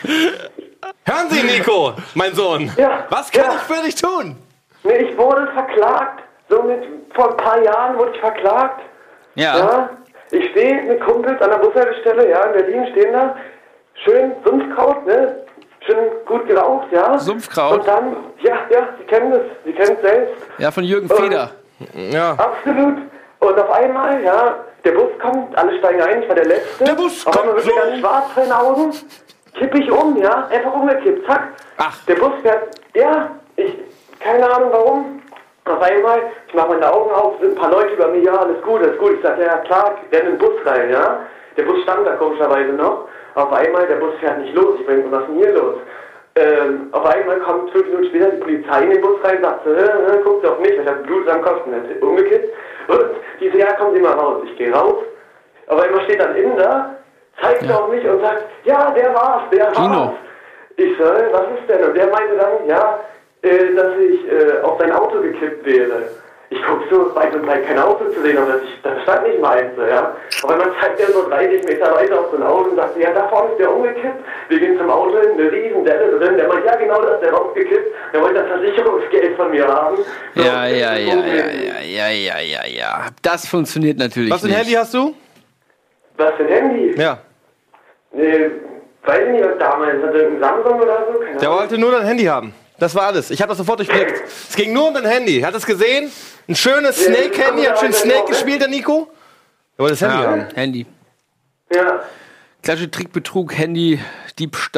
Hören Sie, Nico, mein Sohn!
Ja,
Was kann
ja.
ich für dich tun?
Ne, ich wurde verklagt. Somit vor ein paar Jahren wurde ich verklagt.
Ja.
Ja, ich stehe mit Kumpels an der Bushaltestelle, ja, in Berlin stehen da. Schön Sumpfkraut, ne? Schön gut geraucht, ja.
Sumpfkraut?
Und dann, ja, ja, Sie kennen das, Sie kennen es selbst.
Ja, von Jürgen Feder.
Absolut. Und auf einmal, ja, der Bus kommt, alle steigen ein, ich war der Letzte. Der
Bus
auf einmal
kommt
wird mir
so.
ganz schwarz vor den Augen, kipp ich um, ja, einfach umgekippt, zack.
Ach.
Der Bus fährt, ja, ich, keine Ahnung warum. Auf einmal, ich mache meine Augen auf, sind ein paar Leute über mir, ja, alles gut, alles gut. Ich sage, ja, klar, wir in den Bus rein, ja. Der Bus stand da komischerweise noch. Auf einmal, der Bus fährt nicht los. Ich denke, was ist denn hier los? Ähm, auf einmal kommt fünf Minuten später die Polizei in den Bus rein, sagt, äh, äh, guckt auf mich, ich habe Blut am Kopf, ne, umgekippt. Und die so, ja, kommen Sie mal raus. Ich gehe raus. Auf einmal steht dann Inder, zeigt auf mich und sagt, ja, der war's, der war's.
Kino.
Ich so, äh, was ist denn? Und der meinte dann, ja, äh, dass ich äh, auf sein Auto gekippt wäre. Ich guck so weit und breit kein Auto zu sehen, aber ich, da stand nicht mal eins. so, Ja. Auf einmal zeigt er so 30 Meter weiter auf so ein Auto und sagt, ja, da vorne ist der umgekippt. Wir gehen zum Auto hin, eine riesen Delle drin. Der meint, ja, genau, da ist der rausgekippt. Der wollte das Versicherungsgeld von mir haben. So,
Ja, ja, ja,
und-
ja, ja, ja, ja, ja, ja. Das funktioniert natürlich
Was für ein
nicht.
Handy hast du?
Was für ein Handy?
Ja.
Nee, Äh, weiß ich nicht, was damals hatte, ein Samsung oder so, keine
Der
Ahnung.
wollte nur dein Handy haben. Das war alles. Ich habe das sofort durchblickt. Es ging nur um dein Handy. Hat es gesehen? Ein schönes
Ja,
Snake-Handy. Hat schön Snake gespielt, der Nico. Er wollte das Handy haben.
ja, Handy.
Ja,
Klatsche Trickbetrug, Handy,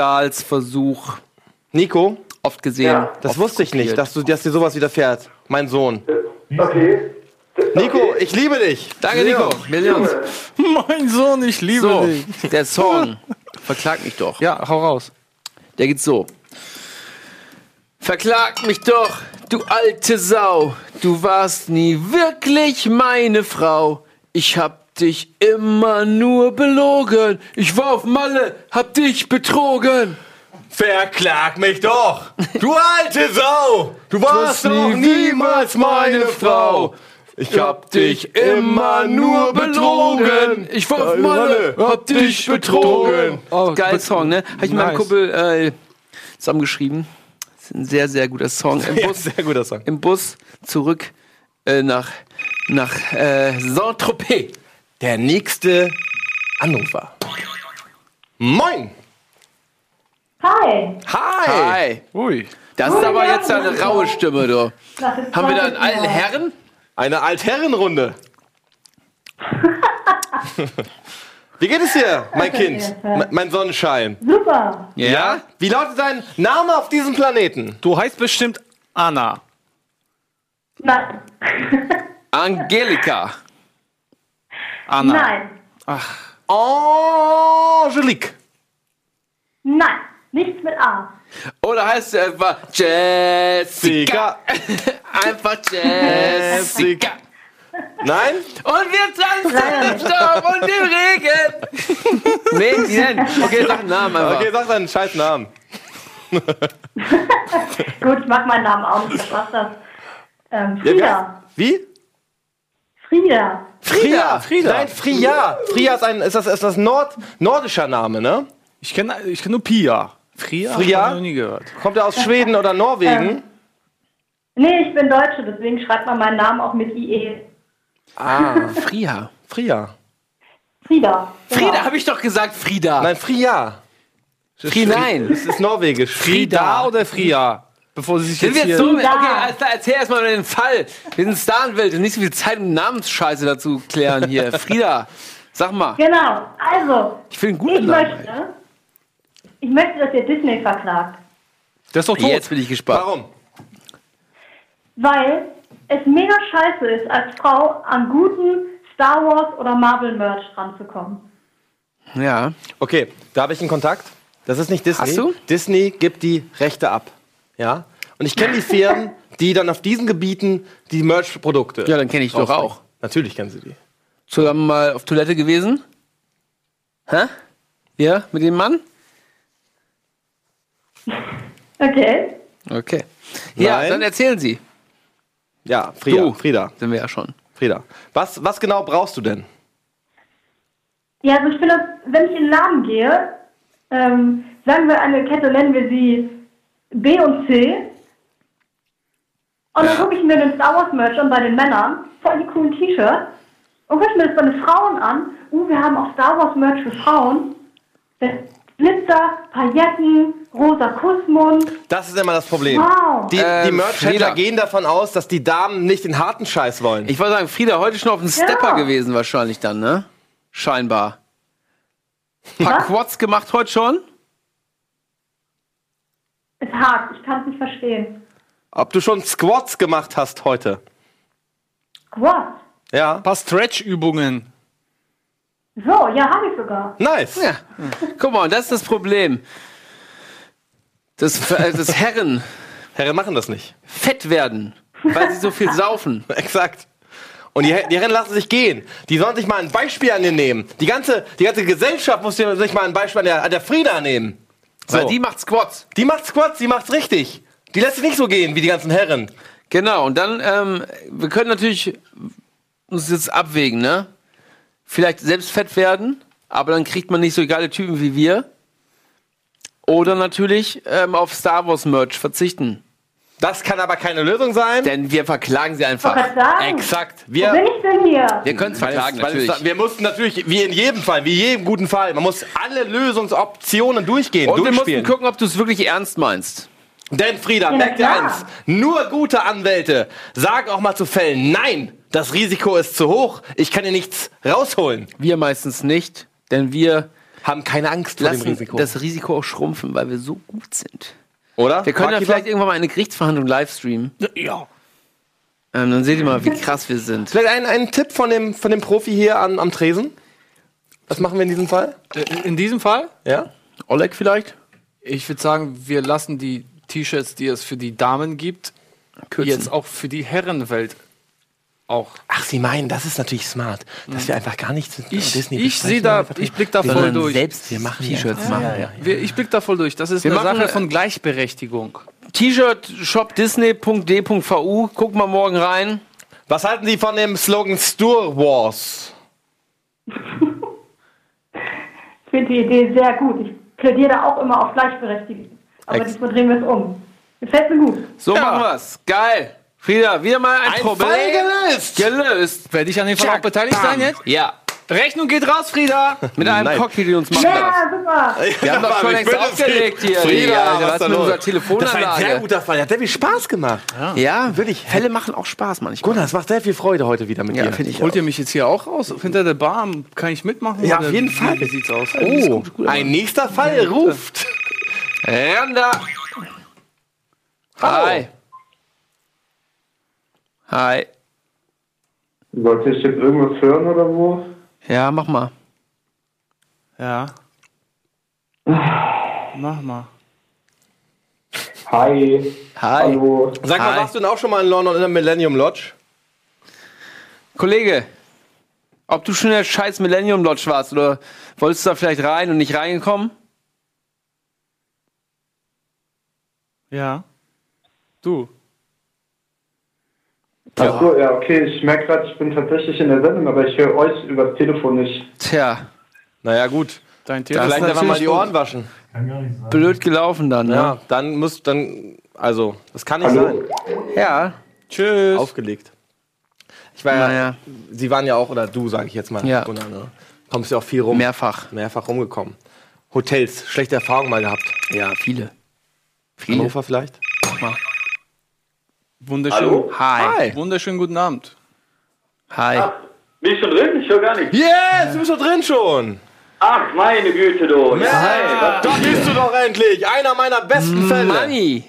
Diebstahlsversuch,
Nico,
oft gesehen.
Ja.
das
oft
wusste ich nicht,
kopiert.
dass, du, dass dir sowas widerfährt. Mein Sohn.
okay.
Nico, ich liebe dich.
Danke, Nico. Wir sehen uns.
Mein Sohn, ich liebe
So,
dich.
der Song. Verklag mich doch.
Ja, hau raus.
Der geht so. Verklag mich doch, du alte Sau. Du warst nie wirklich meine Frau. Ich hab dich immer nur belogen. Ich war auf Malle, hab dich betrogen.
Verklag mich doch. Du alte Sau. Du warst doch niemals meine Frau. Ich hab dich immer nur betrogen.
Ich war auf
Deine
Malle,
Malle,
hab dich betrogen.
Oh,
Geil
bet-
Song, ne? Hab ich mit meinem
Nice.
Kumpel äh, zusammengeschrieben. ist ein sehr, sehr guter
[laughs]
Song. Im
Ja,
Bus,
sehr guter Song.
im Bus zurück äh, nach, nach äh, Saint-Tropez.
Der nächste Anrufer. Moin.
Hi,
Hi.
Hi.
Ui.
Das ist aber jetzt eine raue Stimme, du.
das ist
Haben wir da einen
Claudia.
alten Herren?
Eine Altherrenrunde. Wie geht es dir, mein Kind? Me- Mein Sonnenschein.
Super.
Ja.
Wie lautet dein Name auf diesem Planeten?
Du heißt bestimmt Anna.
Nein.
Ah. Angelika.
Anna.
[laughs] Nein.
Angelique.
Nein. Nichts mit A. [laughs]
Oder heißt sie einfach Jessica? Einfach Jessica.
Nein?
Und wir tanzen im Staub und im Regen. nee, die nennen. Okay, sag einen Namen einfach.
Okay, sag deinen scheiß Namen.
Gut, ich mag meinen Namen auch nicht. Was das? Ähm,
Ja,
Frieda.
wie heißt- Wie?
Frieda.
Fria. Frieda. Nein, Fria. Fria ist ein, ist das, ist das Nord, nordischer Name, ne?
Ich kenne ich kenn nur Pia. Fria?
Fria?
Hab ich noch nie gehört.
Kommt er aus Schweden oder Norwegen?
Nee, ich bin Deutsche, deswegen schreibt man meinen Namen auch mit E. IE.
Ah, Fria.
Fria.
Frieda. Genau.
Frieda, habe ich doch gesagt, Frieda.
Nein, Fria.
Fri nein.
Das ist norwegisch.
Frida oder Fria? Bevor sie sich
Sind
jetzt
wir
hier...
jetzt so mit,
Frieda.
okay, alles klar, erzähl erstmal über den Fall. Wir sind Staranwälte und nicht so viel Zeit, um Namensscheiße dazu klären hier. Frieda, sag mal,
Genau. Also,
ich finde einen
ich
guten Namen.
möchte, ich möchte, dass ihr Disney verklagt.
Der ist doch tot.
Jetzt bin ich gespannt.
Warum?
Weil es mega scheiße ist, als Frau an guten Star Wars oder Marvel Merch ranzukommen.
Ja.
Okay, da habe ich einen Kontakt. Das ist nicht Disney.
Hast du?
Disney gibt die Rechte ab. Ja? Und ich kenne die Firmen, die dann auf diesen Gebieten die Merch-Produkte.
Ja, dann kenne ich doch
rausbringen.
auch.
Natürlich kennen sie die.
Zusammen mal auf Toilette gewesen? Hä? Ja, mit dem Mann?
Okay.
Okay. Ja,
Nein.
dann erzählen Sie.
Ja, Frieda.
Du.
Frieda.
Sind wir ja schon.
Frieda. Was, was genau brauchst du denn?
Ja, also ich finde, wenn ich in den Laden gehe, ähm, sagen wir eine Kette, nennen wir sie B und C. Und dann gucke ich mir den Star Wars Merch an bei den Männern, voll die coolen T-Shirts. Und gucke ich mir das bei den Frauen an. Uh, wir haben auch Star Wars Merch für Frauen. Mit Glitzer, Pailletten, rosa Kussmund.
Das ist immer das Problem.
Wow.
Die, die
Ähm, Frieda.
Merch-Händler gehen davon aus, dass die Damen nicht den harten Scheiß wollen.
Ich wollte sagen, Frieda, heute schon auf dem Stepper gewesen wahrscheinlich dann, ne? Scheinbar. Paar Quads gemacht heute schon?
Ist hart, ich kann es nicht verstehen.
Ob du schon Squats gemacht hast heute?
What?
Ja.
paar Stretch-Übungen.
So, ja, habe ich sogar.
Nice.
Ja. Guck mal, und das ist das Problem. Das, äh, das Herren
Herren machen das nicht. [laughs]
fett werden, weil sie so viel [laughs] saufen.
Exakt. Und die, die Herren lassen sich gehen. Die sollen sich mal ein Beispiel an dir nehmen. Die ganze, die ganze Gesellschaft muss dir- sich mal ein Beispiel an der, an der Frieda nehmen.
Weil
So.
die macht Squats.
Die macht Squats, die macht's richtig. Die lässt sich nicht so gehen wie die ganzen Herren.
Genau, und dann, ähm, wir können natürlich uns jetzt abwägen, ne? Vielleicht selbst fett werden, aber dann kriegt man nicht so geile Typen wie wir. Oder natürlich ähm, auf Star Wars Merch verzichten.
Das kann aber keine Lösung sein.
Denn wir verklagen sie
Ich wollte
einfach.
gerade sagen,
Exakt.
wo
Wir,
bin ich denn hier?
[laughs] Wir können es verklagen,
weil es,
natürlich.
wir mussten natürlich, wie in jedem Fall, wie jedem guten Fall, man muss alle Lösungsoptionen durchgehen.
und wir
durchspielen.
mussten gucken, ob du es wirklich ernst meinst.
Denn Frieda,
Ja,
merk dir
klar.
eins, nur gute Anwälte sagen auch mal zu Fällen, nein, das Risiko ist zu hoch, ich kann dir nichts rausholen.
Wir meistens nicht, denn wir
Haben keine Angst vor dem
lassen
Risiko.
das Risiko auch schrumpfen, weil wir so gut sind.
oder?
Wir können ja
Barkeeper?
vielleicht irgendwann mal eine Gerichtsverhandlung livestreamen. Ja. Ähm, dann seht ihr mal, wie krass wir sind.
vielleicht einen, einen Tipp von dem, von dem Profi hier an, am Tresen. Was machen wir in diesem Fall?
Äh, In diesem Fall?
Ja?
Oleg vielleicht?
Ich würde sagen, wir lassen die T-Shirts, die es für die Damen gibt, jetzt auch für die Herrenwelt auch.
Ach, Sie meinen, das ist natürlich smart, dass wir einfach gar nichts mit
Ich,
Disney
ich sehe da, ich blick da voll
Sondern
durch.
selbst wir machen T-Shirts machen.
Wir- Ich blick da voll durch. Das ist
Wir
eine
machen,
Sache
äh,
von Gleichberechtigung.
T-Shirt Shop Disney.d.vu. Guck mal morgen rein.
Was halten Sie von dem Slogan Star Wars?
Ich finde die Idee sehr gut. Ich plädiere da auch immer auf Gleichberechtigung. Aber
Ex-
diesmal drehen wir es um. Gefällt mir gut.
So machen wir's. Geil. Frieda, wieder mal ein, Problem
Fall gelöst!
gelöst.
Werde ich an dem Fall auch beteiligt sein jetzt?
Ja.
Rechnung geht raus, Frieda!
Mit einem
Nein.
Cocktail, die uns machen
Ja, super.
das. Wir haben doch schon
Ich
längst
bin es
aufgelegt hier.
Frieda,
also,
Alter,
was
was
da
mit
los?
unserer
Das war ein sehr
Telefonanlage?
guter Fall, der hat sehr viel Spaß gemacht.
Ja, wirklich. Fälle machen auch Spaß manchmal.
Gunnar, es macht sehr viel Freude heute wieder mit dir.
ich
Holt ihr mich jetzt hier auch raus? Hinter der Bar kann ich mitmachen?
Ja,
Oder
auf jeden
wie-
Fall.
Wie sieht's aus?
Oh, ein nächster Fall ruft.
Randa.
Hallo.
Hi. Hi.
Sollte ich jetzt irgendwas hören oder wo?
Ja, mach mal.
Ja. Mach mal.
Hi.
Hi.
Hallo.
Sag mal,
Hi.
warst du denn auch schon mal in London in der Millennium Lodge?
Kollege, ob du schon in der scheiß Millennium Lodge warst oder wolltest du da vielleicht rein und nicht reingekommen?
Ja. Du.
Ach so, ja, okay. Ich merke gerade, ich bin tatsächlich in der Sendung, aber ich höre euch übers Telefon nicht.
Tja,
Naja, gut.
Dein Thema.
Vielleicht einfach mal die
natürlich
Ohren waschen.
Kann gar nicht sein.
blöd gelaufen dann, ne?
Ja, dann muss, dann, also, das kann nicht
Hallo?
sein.
Ja.
Tschüss.
Aufgelegt. Ich war ja,
Naja.
sie waren ja auch, oder du, sag ich jetzt mal,
Ja.
Gunnar, ne? Kommst ja auch viel rum.
Mehrfach.
Mehrfach rumgekommen. Hotels, schlechte Erfahrungen mal gehabt.
Ja, viele. Viele.
Hannover vielleicht?
Wunderschön.
Hi.
Wunderschönen guten Abend.
Ah.
Hi.
Bin ich schon drin? Ich höre gar nichts.
Yes, du bist doch drin schon.
Ach, meine Güte, du.
Hey, da bist du doch endlich. Einer meiner besten Fälle.
Manni.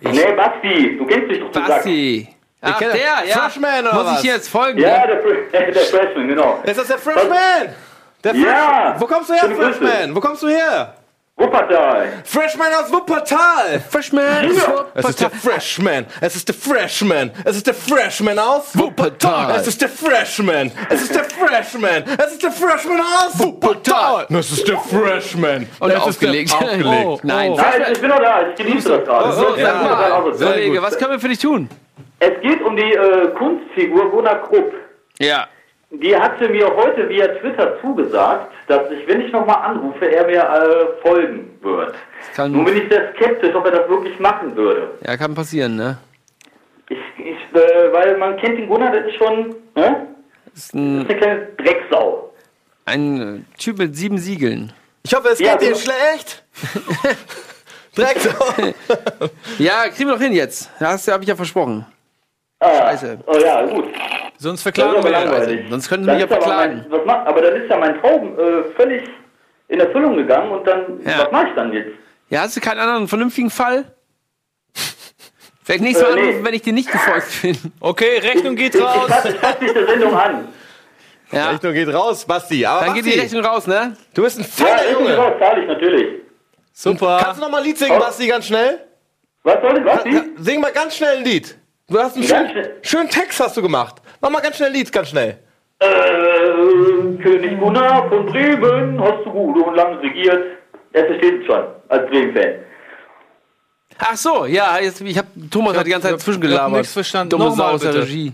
Nee, Basti, du kennst dich doch zum Sack.
Basti. Ach,
kennt-
der, ja.
Flashman oder
Muss
was?
ich jetzt folgen? ne?
Ja, der,
[laughs]
Fre der Freshman, genau.
Ist das der Freshman? Der
Ja.
Wo kommst du her,
Schöne Grüße.
Freshman? Wo kommst du her?
Wuppertal.
Freshman aus Wuppertal!
Freshman!
Es ist der Freshman! Es ist der Freshman! Es ist der Freshman aus
Wuppertal.
Es ist der Freshman! Es ist der Freshman! Es ist der Freshman aus Wuppertal! Es ist der
Und
Freshman! es ist der-
aufgelegt.
aufgelegt.
Oh, Nein,
Nein, ich bin noch da, ich genieße das gerade.
so,
Ich
ja.
bin gerade auch so.
oh, Sehr
Kollege,
gut.
was können wir für dich tun?
Es geht um die äh, Kunstfigur Gunnar Krupp.
Ja.
Die hatte mir heute via Twitter zugesagt, dass ich, wenn ich nochmal anrufe, er mir äh, folgen wird.
Kann-
Nun bin ich sehr skeptisch, ob er das wirklich machen würde.
Ja, kann passieren, ne?
Ich, ich, äh, weil man kennt den Gunnar, das ist schon, ne?
Ist ein,
Das ist eine kleine Drecksau.
ein Typ mit sieben Siegeln.
Ich hoffe, es
Ja,
geht dir
so-
[laughs]
schlecht! Drecksau!
Ja, kriegen wir doch hin jetzt. Das habe ich ja versprochen.
Ah,
Scheiße.
Oh ja, gut.
Sonst
Das ist
verklagen
aber
wir ihn.
langweilig.
Sonst könnten sie
Dann
mich ja
ist aber
verklagen.
Mein, was mach, aber dann ist ja mein Traum äh, völlig in Erfüllung gegangen und dann,
Ja.
was mache ich dann jetzt?
Ja, hast du keinen anderen vernünftigen Fall? [laughs] Vielleicht nächstes Mal
Äh, nee.
anrufen, wenn ich dir nicht gefolgt bin.
Okay, Rechnung geht
Ich
raus.
fasse ich fass mich der Sendung
[laughs]
an.
Ja.
Rechnung geht raus, Basti. Aber
Dann geht die
Basti,
Rechnung raus, ne?
du bist ein
Ja,
feiner
ist
Junge.
raus, zahle ich natürlich.
Kannst
Super.
du noch mal ein Lied singen, Basti, ganz schnell?
Was soll denn was?
Ja, Sing mal ganz schnell ein Lied. Du hast einen
Ganz
schönen,
schnell.
schönen Text hast du gemacht. Mach mal ganz schnell ein Lied, ganz schnell.
Äh, König Gunnar von Bremen, hast du gut und lang regiert. Er versteht es schon, als Bremen-Fan.
Ach so, ja, jetzt, ich habe Thomas hat die ganze Zeit
Ich hab
zwischengelabert.
nichts verstanden.
Dumme
Nochmal,
Sau aus der
bitte.
Regie.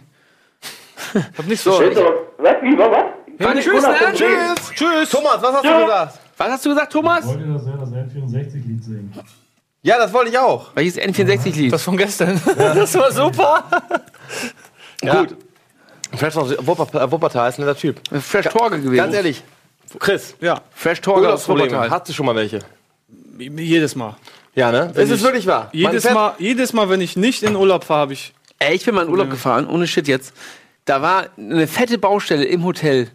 Ich hab nichts so.
Jetzt aber- Was? Wie war was?
War
König
nicht böse,
Gunnar von
ne?
Bremen.
Tschüss. Thomas, was hast du
Ja.
gesagt?
Was hast du gesagt, Thomas?
Wollt ihr das selber sein 64-Lied singen?
Ja, das wollte ich auch.
Welches N64-Lied?
Das von gestern. Das war super.
Gut. Fresh aus Wupper- äh, Wuppertal ist ein netter Typ.
Fresh Torge gewesen.
Ganz ehrlich. Chris,
Ja,
Fresh Torge aus
Urlaubsprobleme.
Wuppertal.
Hast du schon mal welche?
jedes Mal.
Ja, ne? Ist es wirklich wahr? Man
Jedes
fährt-
Mal, jedes Mal, wenn ich nicht in Urlaub fahre, habe ich.
Ey, ich bin mal in Urlaub gefahren, ohne Shit jetzt. Da war eine fette Baustelle im Hotel.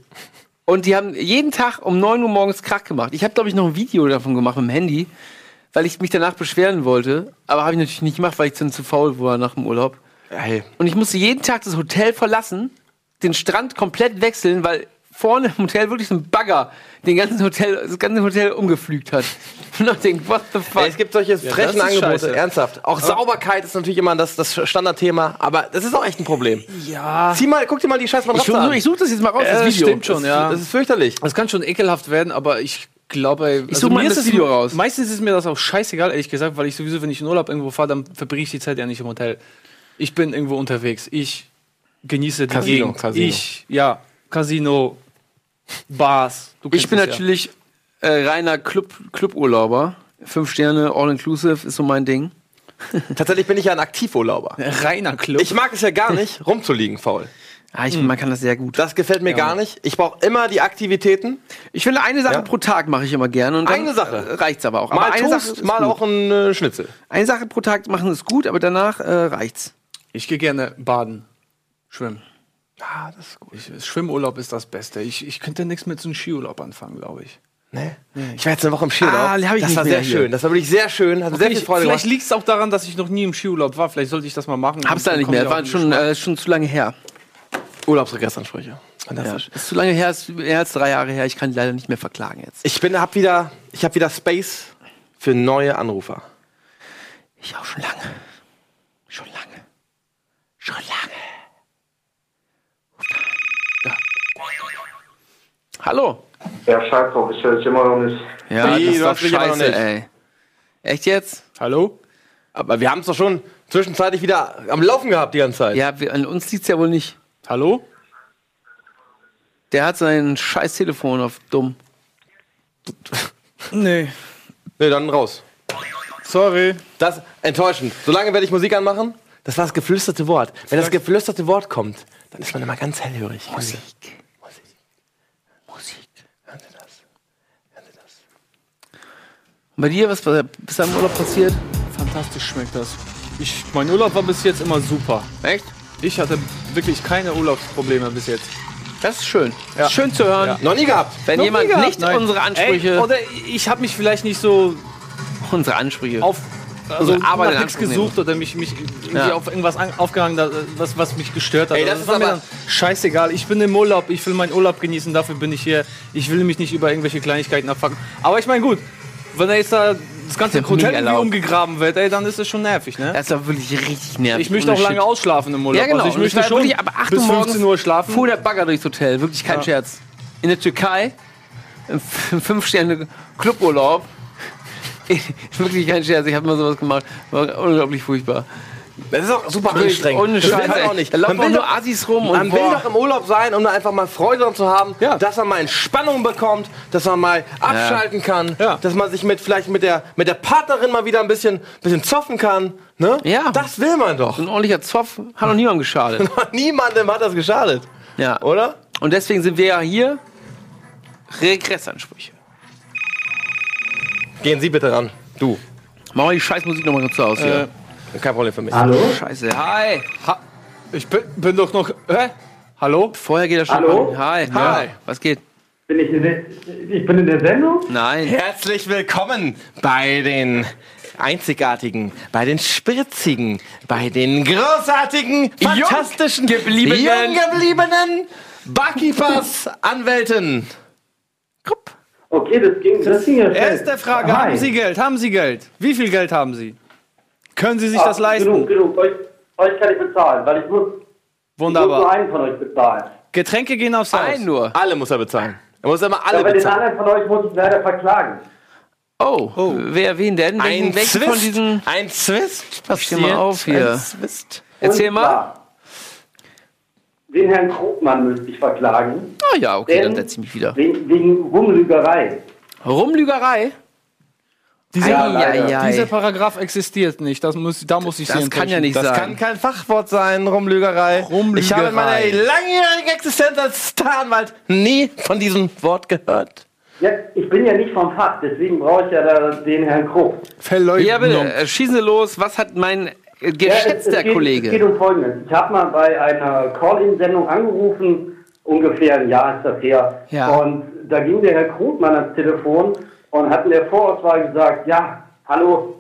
Und die haben jeden Tag um 9 Uhr morgens Krach gemacht. Ich habe, glaube ich, noch ein Video davon gemacht mit dem Handy, weil ich mich danach beschweren wollte. Aber habe ich natürlich nicht gemacht, weil ich dann zu faul war nach dem Urlaub.
Ey,
Und ich musste jeden Tag das Hotel verlassen, den Strand komplett wechseln, weil vorne im Hotel wirklich so ein Bagger den ganzen Hotel, das ganze Hotel umgepflügt hat. [laughs] Und ich denke, what the fuck?
Ey, es gibt solche frechen
das ist
Angebote,
scheiße.
ernsthaft. Auch Sauberkeit ist natürlich immer das, das Standardthema, aber das ist auch echt ein Problem.
Ja.
Zieh mal, guck dir mal die scheiß
ich
Matratze
suche
an.
such das jetzt mal raus, das
das
Video.
stimmt schon, ja.
Das ist fürchterlich.
Das kann schon ekelhaft werden, aber ich glaube, also ey,
such mal das Video raus.
Meistens ist mir das auch scheißegal, ehrlich gesagt, weil ich sowieso, wenn ich in Urlaub irgendwo fahre, dann verbringe ich die Zeit ja nicht im Hotel. Ich bin irgendwo unterwegs. Ich genieße die
Casino,
Gegend.
Casino.
Ich, ja, Casino, Bars. Du
Ich
kennst
bin
es ja.
natürlich äh, reiner Club, Cluburlauber. Fünf Sterne, all inclusive ist so mein Ding.
Tatsächlich bin ich ja ein Aktivurlauber.
reiner Club.
Ich mag es ja gar nicht, rumzuliegen faul.
Ah, ich, Man kann das sehr gut.
Das gefällt mir gar nicht. Ich brauche immer die Aktivitäten.
Ich finde, eine Sache
Ja.
pro Tag mache ich immer gerne. Und dann
Eine Sache.
Reicht's aber auch.
Mal
aber eine
Toast,
ist
mal
gut.
auch ein äh, Schnitzel.
Eine Sache pro Tag machen ist gut, aber danach äh, reicht's.
Ich gehe gerne baden, schwimmen. Ah, das ist gut. Ich, Schwimmurlaub ist das Beste. Ich, ich könnte nichts mit so einem Skiurlaub anfangen, glaube ich.
Ne? Ich war jetzt eine Woche im Skiurlaub.
Ah, die hab ich
das
nicht
war
mehr
sehr
hier.
schön. Das war wirklich sehr schön. Hat mir sehr viel
Vielleicht,
Freude
vielleicht
gemacht.
liegt es auch daran, dass ich noch nie im Skiurlaub war. Vielleicht sollte ich das mal machen.
Hab's da
Dann
nicht
komm ich
mehr.
auch
War
in die
schon, äh, schon zu lange her.
Urlaubsregressansprüche.
Ja.
Fantastisch.
Ist zu lange her, ist mehr als drei Jahre her. Ich kann die leider nicht mehr verklagen jetzt.
Ich bin, hab wieder, ich habe wieder Space für neue Anrufer.
Ich auch schon lange. Schon lange. Schon lange. Ja. Hallo.
Ja, scheiß drauf, Oh, ich höre dich immer noch nicht.
Ja, das
Nee,
ist
du
doch
hast mich aber noch
scheiße,
nicht.
ey. Echt jetzt?
Hallo? Aber wir haben es doch schon zwischenzeitlich wieder am Laufen gehabt die ganze Zeit.
Ja, wir, an uns liegt's ja wohl nicht.
Hallo?
Der hat sein scheiß Telefon auf dumm.
Nee.
Nee, dann raus.
Sorry.
Das ist enttäuschend. Solange werde ich Musik anmachen. Das war das geflüsterte Wort. Wenn das geflüsterte Wort kommt, dann ist man immer ganz hellhörig. Musik. Musik. Musik. Hören Sie das? Hören Sie das?
Und bei dir, was war- ist da im Urlaub passiert?
Fantastisch schmeckt das. Ich, mein Urlaub war bis jetzt immer super.
Echt?
Ich hatte wirklich keine Urlaubsprobleme bis jetzt.
Das ist schön. Das ist schön zu hören.
Noch nie gehabt.
Wenn
Noch
jemand
nie gehabt,
nicht
nein. Oh,
unsere Ansprüche,
Ey, oder ich habe mich vielleicht nicht so
unsere Ansprüche,
auf also
Unsere Arbeit in
nach nichts
Anspruch
gesucht oder mich, mich irgendwie
Ja.
auf irgendwas an, aufgehangen, da- was, was mich gestört hat.
Ey, das
Also,
ist
war mir
aber-
dann scheißegal. Ich bin im Urlaub, ich will meinen Urlaub genießen, dafür bin ich hier. Ich will mich nicht über irgendwelche Kleinigkeiten abfacken. Aber ich meine, gut, wenn da jetzt da das ganze
Ist ja
Hotel
nie
irgendwie
erlaubt.
umgegraben wird, ey, dann ist das schon nervig, ne?
Das ist doch wirklich richtig nervig.
Ich möchte auch
Ohne
lange
Shit.
ausschlafen im Urlaub.
Ja, genau.
Also ich
Und es
möchte
war
schon
wirklich ab 8 Uhr
bis 15 Uhr
morgens
schlafen.
Fuhr der Bagger durchs Hotel. Wirklich kein Scherz. In der Türkei, im [laughs] 5-Sterne-Cluburlaub. wirklich kein Scherz. Ich habe mal sowas gemacht. War unglaublich furchtbar.
Das ist auch super
Wirklich,
anstrengend.
Ohne
Das will
Scheiß.
man
ey.
auch nicht.
Da laufen
Man will
auch nur
doch-
Assis rum und
Man will
boah.
doch im Urlaub sein, um da einfach mal Freude dran zu haben,
Ja.
dass man mal Entspannung bekommt, dass man mal abschalten kann,
Ja.
dass man sich mit vielleicht mit der, mit der Partnerin mal wieder ein bisschen, bisschen zoffen kann. Ne?
Ja.
Das will man doch. [laughs]
ein ordentlicher Zoff hat noch niemandem geschadet.
Niemandem hat das geschadet,
ja.
oder?
Und deswegen sind wir ja hier. Regressansprüche.
Gehen Sie bitte ran. Du.
Mach mal die Scheißmusik nochmal kurz aus.
Äh,
hier.
Kein Problem für mich.
Scheiße. Hi.
Ich bin, bin doch noch. Hä? Hallo?
Vorher geht er schon.
Hallo?
an. Hi.
Hi.
Ja. Was geht?
Bin ich, in der, ich bin in der Sendung?
Nein.
Herzlich willkommen bei den einzigartigen, bei den spritzigen, bei den großartigen, fantastischen,
gebliebenen-
jung gebliebenen Barkeepers, Anwälten. Grupp.
Okay, das ging, das ging ja schnell.
Erste Frage:
Hi.
Haben Sie Geld? Haben Sie Geld? Wie viel Geld haben Sie? Können Sie sich
Ah,
das leisten?
Genug, genug. Euch, euch kann ich bezahlen, weil ich muss, ich muss nur
Wunderbar.
einen von euch bezahlen.
Getränke gehen aufs Haus.
Ein nur.
Alle muss er bezahlen. Er muss immer alle
Aber den
bezahlen.
anderen von euch muss ich leider verklagen.
Oh, wer wen denn? Welchen, welchen von diesen?
ein Zwist
Steh mal auf hier.
Ein Zwist.
Erzähl
Und
mal.
zwar, Den Herrn Krugmann müsste ich verklagen,
Ah ja, okay, dann
Ähm,
setz ich mich wieder.
wegen, wegen Rumlügerei.
Rumlügerei?
Diese,
Ja, leider.
Eieiei.
dieser Paragraph existiert nicht. Das muss, da muss ich
Das
Sie
kann ja
enttäuschen.
nicht
Das
sein.
kann kein Fachwort sein, Rumlügerei.
Rumlügerei.
Ich habe in meiner langjährigen Existenz als Staranwalt nie von diesem Wort gehört.
Ja, ich bin ja nicht vom Fach, deswegen brauche ich ja da den Herrn Krug.
Verleugnung.
ja, bitte, äh, schießen Sie los. Was hat mein äh,
Ja,
geschätzter
geht,
Kollege?
Es geht um Folgendes. Ich habe mal bei einer Call-In-Sendung angerufen, ungefähr ein Jahr ist das her.
Ja.
Und da ging der Herr Krugmann ans Telefon und hat in der Vorauswahl gesagt, ja, hallo,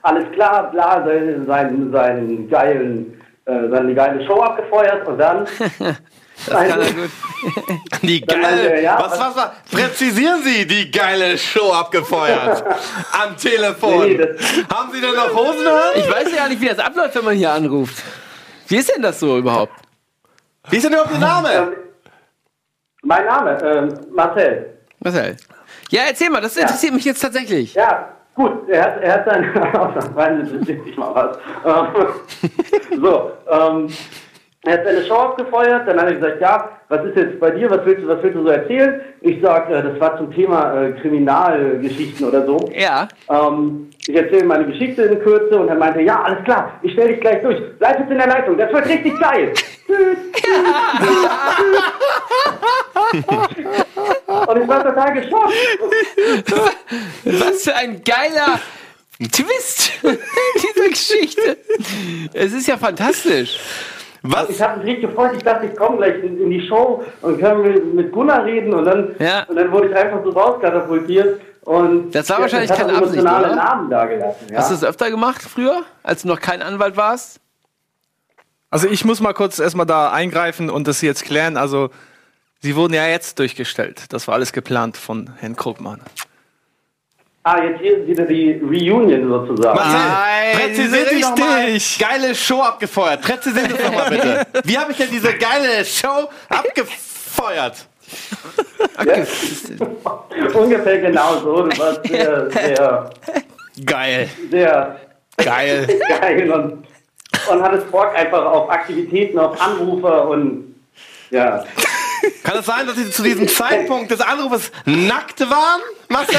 alles klar, bla, seinen, seinen, seinen geilen, äh, seine geile Show abgefeuert und dann...
das kann er gut.
[laughs] Die
meinte
geile.
er, ja,
was, was, was? Präzisieren Sie die geile Show abgefeuert. Am Telefon.
Nee, das-
Haben Sie denn noch Hosen an?
Ich weiß ja nicht, wie das abläuft, wenn man hier anruft. Wie ist denn das so überhaupt?
Wie ist denn überhaupt der Name?
Mein Name, ähm, Marcel.
Marcel. Ja, erzähl mal, das interessiert mich jetzt tatsächlich.
Ja, gut, er hat, er hat [laughs] seinen Ausnahmsweise bestimmt ich mal was. Ähm, so, ähm, er hat seine Show abgefeuert, dann hat er gesagt, ja, was ist jetzt bei dir, was willst du, was willst du so erzählen? Ich sag, äh, das war zum Thema äh, Kriminalgeschichten oder so.
[laughs] Ja.
Ähm, ich erzähle meine Geschichte in Kürze und er meinte, ja, alles klar, ich stelle dich gleich durch. Bleib jetzt in der Leitung, das wird richtig geil. und ich war total geschockt.
Was für ein geiler Twist [laughs] dieser Geschichte. Es ist ja fantastisch.
Was?
Ich habe mich richtig gefreut, ich dachte, ich komme gleich in, in die Show und können mit, mit Gunnar reden und dann,
Ja.
und dann wurde ich einfach so rauskatapultiert und
Das war
ja,
wahrscheinlich
hat
keine
auch
Absicht,
emotionale
oder?
Namen da gelassen. Ja.
Hast du das öfter gemacht früher, als du noch kein Anwalt warst?
Also ich muss mal kurz erstmal da eingreifen und das jetzt klären. Also sie wurden ja jetzt durchgestellt. Das war alles geplant von Herrn Krugmann.
ah, jetzt hier wieder die Reunion sozusagen.
Marcel,
Nein,
präzisieren Sie noch mal.
richtig.
Geile Show abgefeuert. Präzisieren Sie das nochmal bitte. Wie habe ich denn diese geile Show abgefeuert?
Ungefähr genau so.
[laughs]
Das war sehr, sehr,
Geil.
sehr
Geil.
[laughs] geil und, und hat es Bock einfach auf Aktivitäten, auf Anrufer und ja.
Kann es sein, dass Sie zu diesem Zeitpunkt des Anrufes nackt waren, Marcel?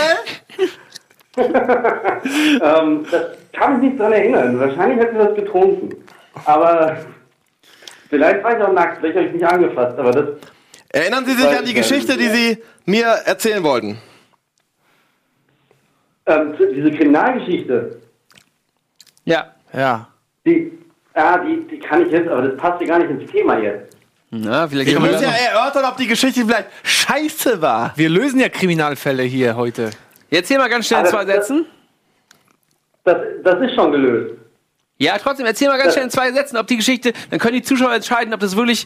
Ähm, das kann mich nicht dran erinnern. Wahrscheinlich hätten wir das getrunken. Aber vielleicht war ich auch nackt, vielleicht habe ich mich angefasst. Aber das,
Erinnern Sie sich an die Geschichte, die Sie mir erzählen wollten?
ähm, diese Kriminalgeschichte,
Ja.
Ja.
die, ah, die, die kann ich jetzt, aber das passt ja gar nicht ins Thema jetzt.
Na, vielleicht
Wir
kann man
müssen ja
das
erörtern, ob die Geschichte vielleicht scheiße war.
Wir lösen ja Kriminalfälle hier heute.
Jetzt hier mal ganz schnell in
Also,
zwei
das-
Sätzen.
Das, das ist schon gelöst.
Ja, trotzdem, erzähl mal ganz schnell in zwei Sätzen, ob die Geschichte, dann können die Zuschauer entscheiden, ob das wirklich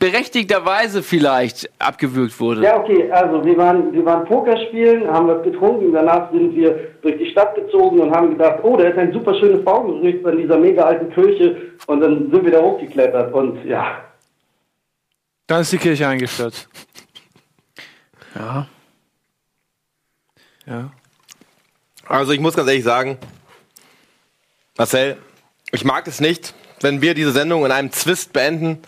berechtigterweise vielleicht abgewürgt wurde.
Ja, okay, also wir waren, wir waren Poker spielen, haben was getrunken, danach sind wir durch die Stadt gezogen und haben gedacht, oh, da ist ein super schönes Baugerüst an dieser mega alten Kirche und dann sind wir da hochgeklettert und ja,
Dann ist die Kirche eingestürzt.
Ja.
Ja.
Also ich muss ganz ehrlich sagen, Marcel, ich mag es nicht, wenn wir diese Sendung in einem Zwist beenden.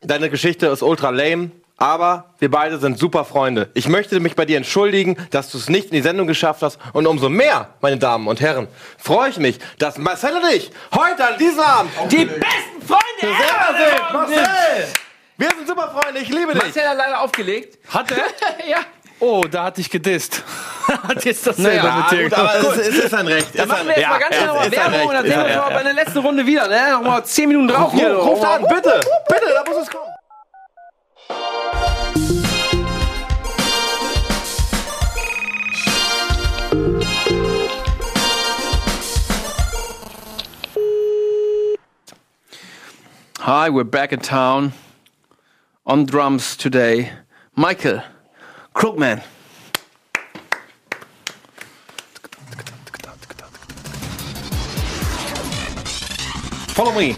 Deine Geschichte ist ultra lame, aber wir beide sind super Freunde. Ich möchte mich bei dir entschuldigen, dass du es nicht in die Sendung geschafft hast. Und umso mehr, meine Damen und Herren, freue ich mich, dass Marcel und ich heute an diesem Abend
Die besten Freunde
selber
ever!
sind. Marcel! Wir sind super Freunde, ich liebe dich.
Marcel hat leider aufgelegt.
Hat er?
[laughs] ja.
Oh, da hat dich gedisst. [laughs] hat jetzt das selber
Naja,
mit dir
Gut, aber es ist, es ist ein Recht.
Dann machen wir jetzt mal ganz schnell nochmal Werbung und dann sehen wir uns nochmal bei der letzten Runde wieder. Ne? Nochmal 10 Minuten drauf hier.
Ruft an, bitte, bitte, da muss es kommen.
Hi, we're back in town. On drums today, Michael Krugman.
Follow me.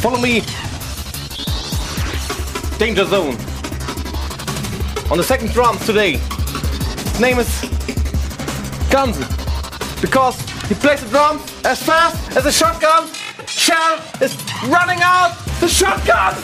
Follow me. Danger zone. On the second drum today. His name is Guns. Because he plays the drum as fast as a shotgun shell is running out the shotgun!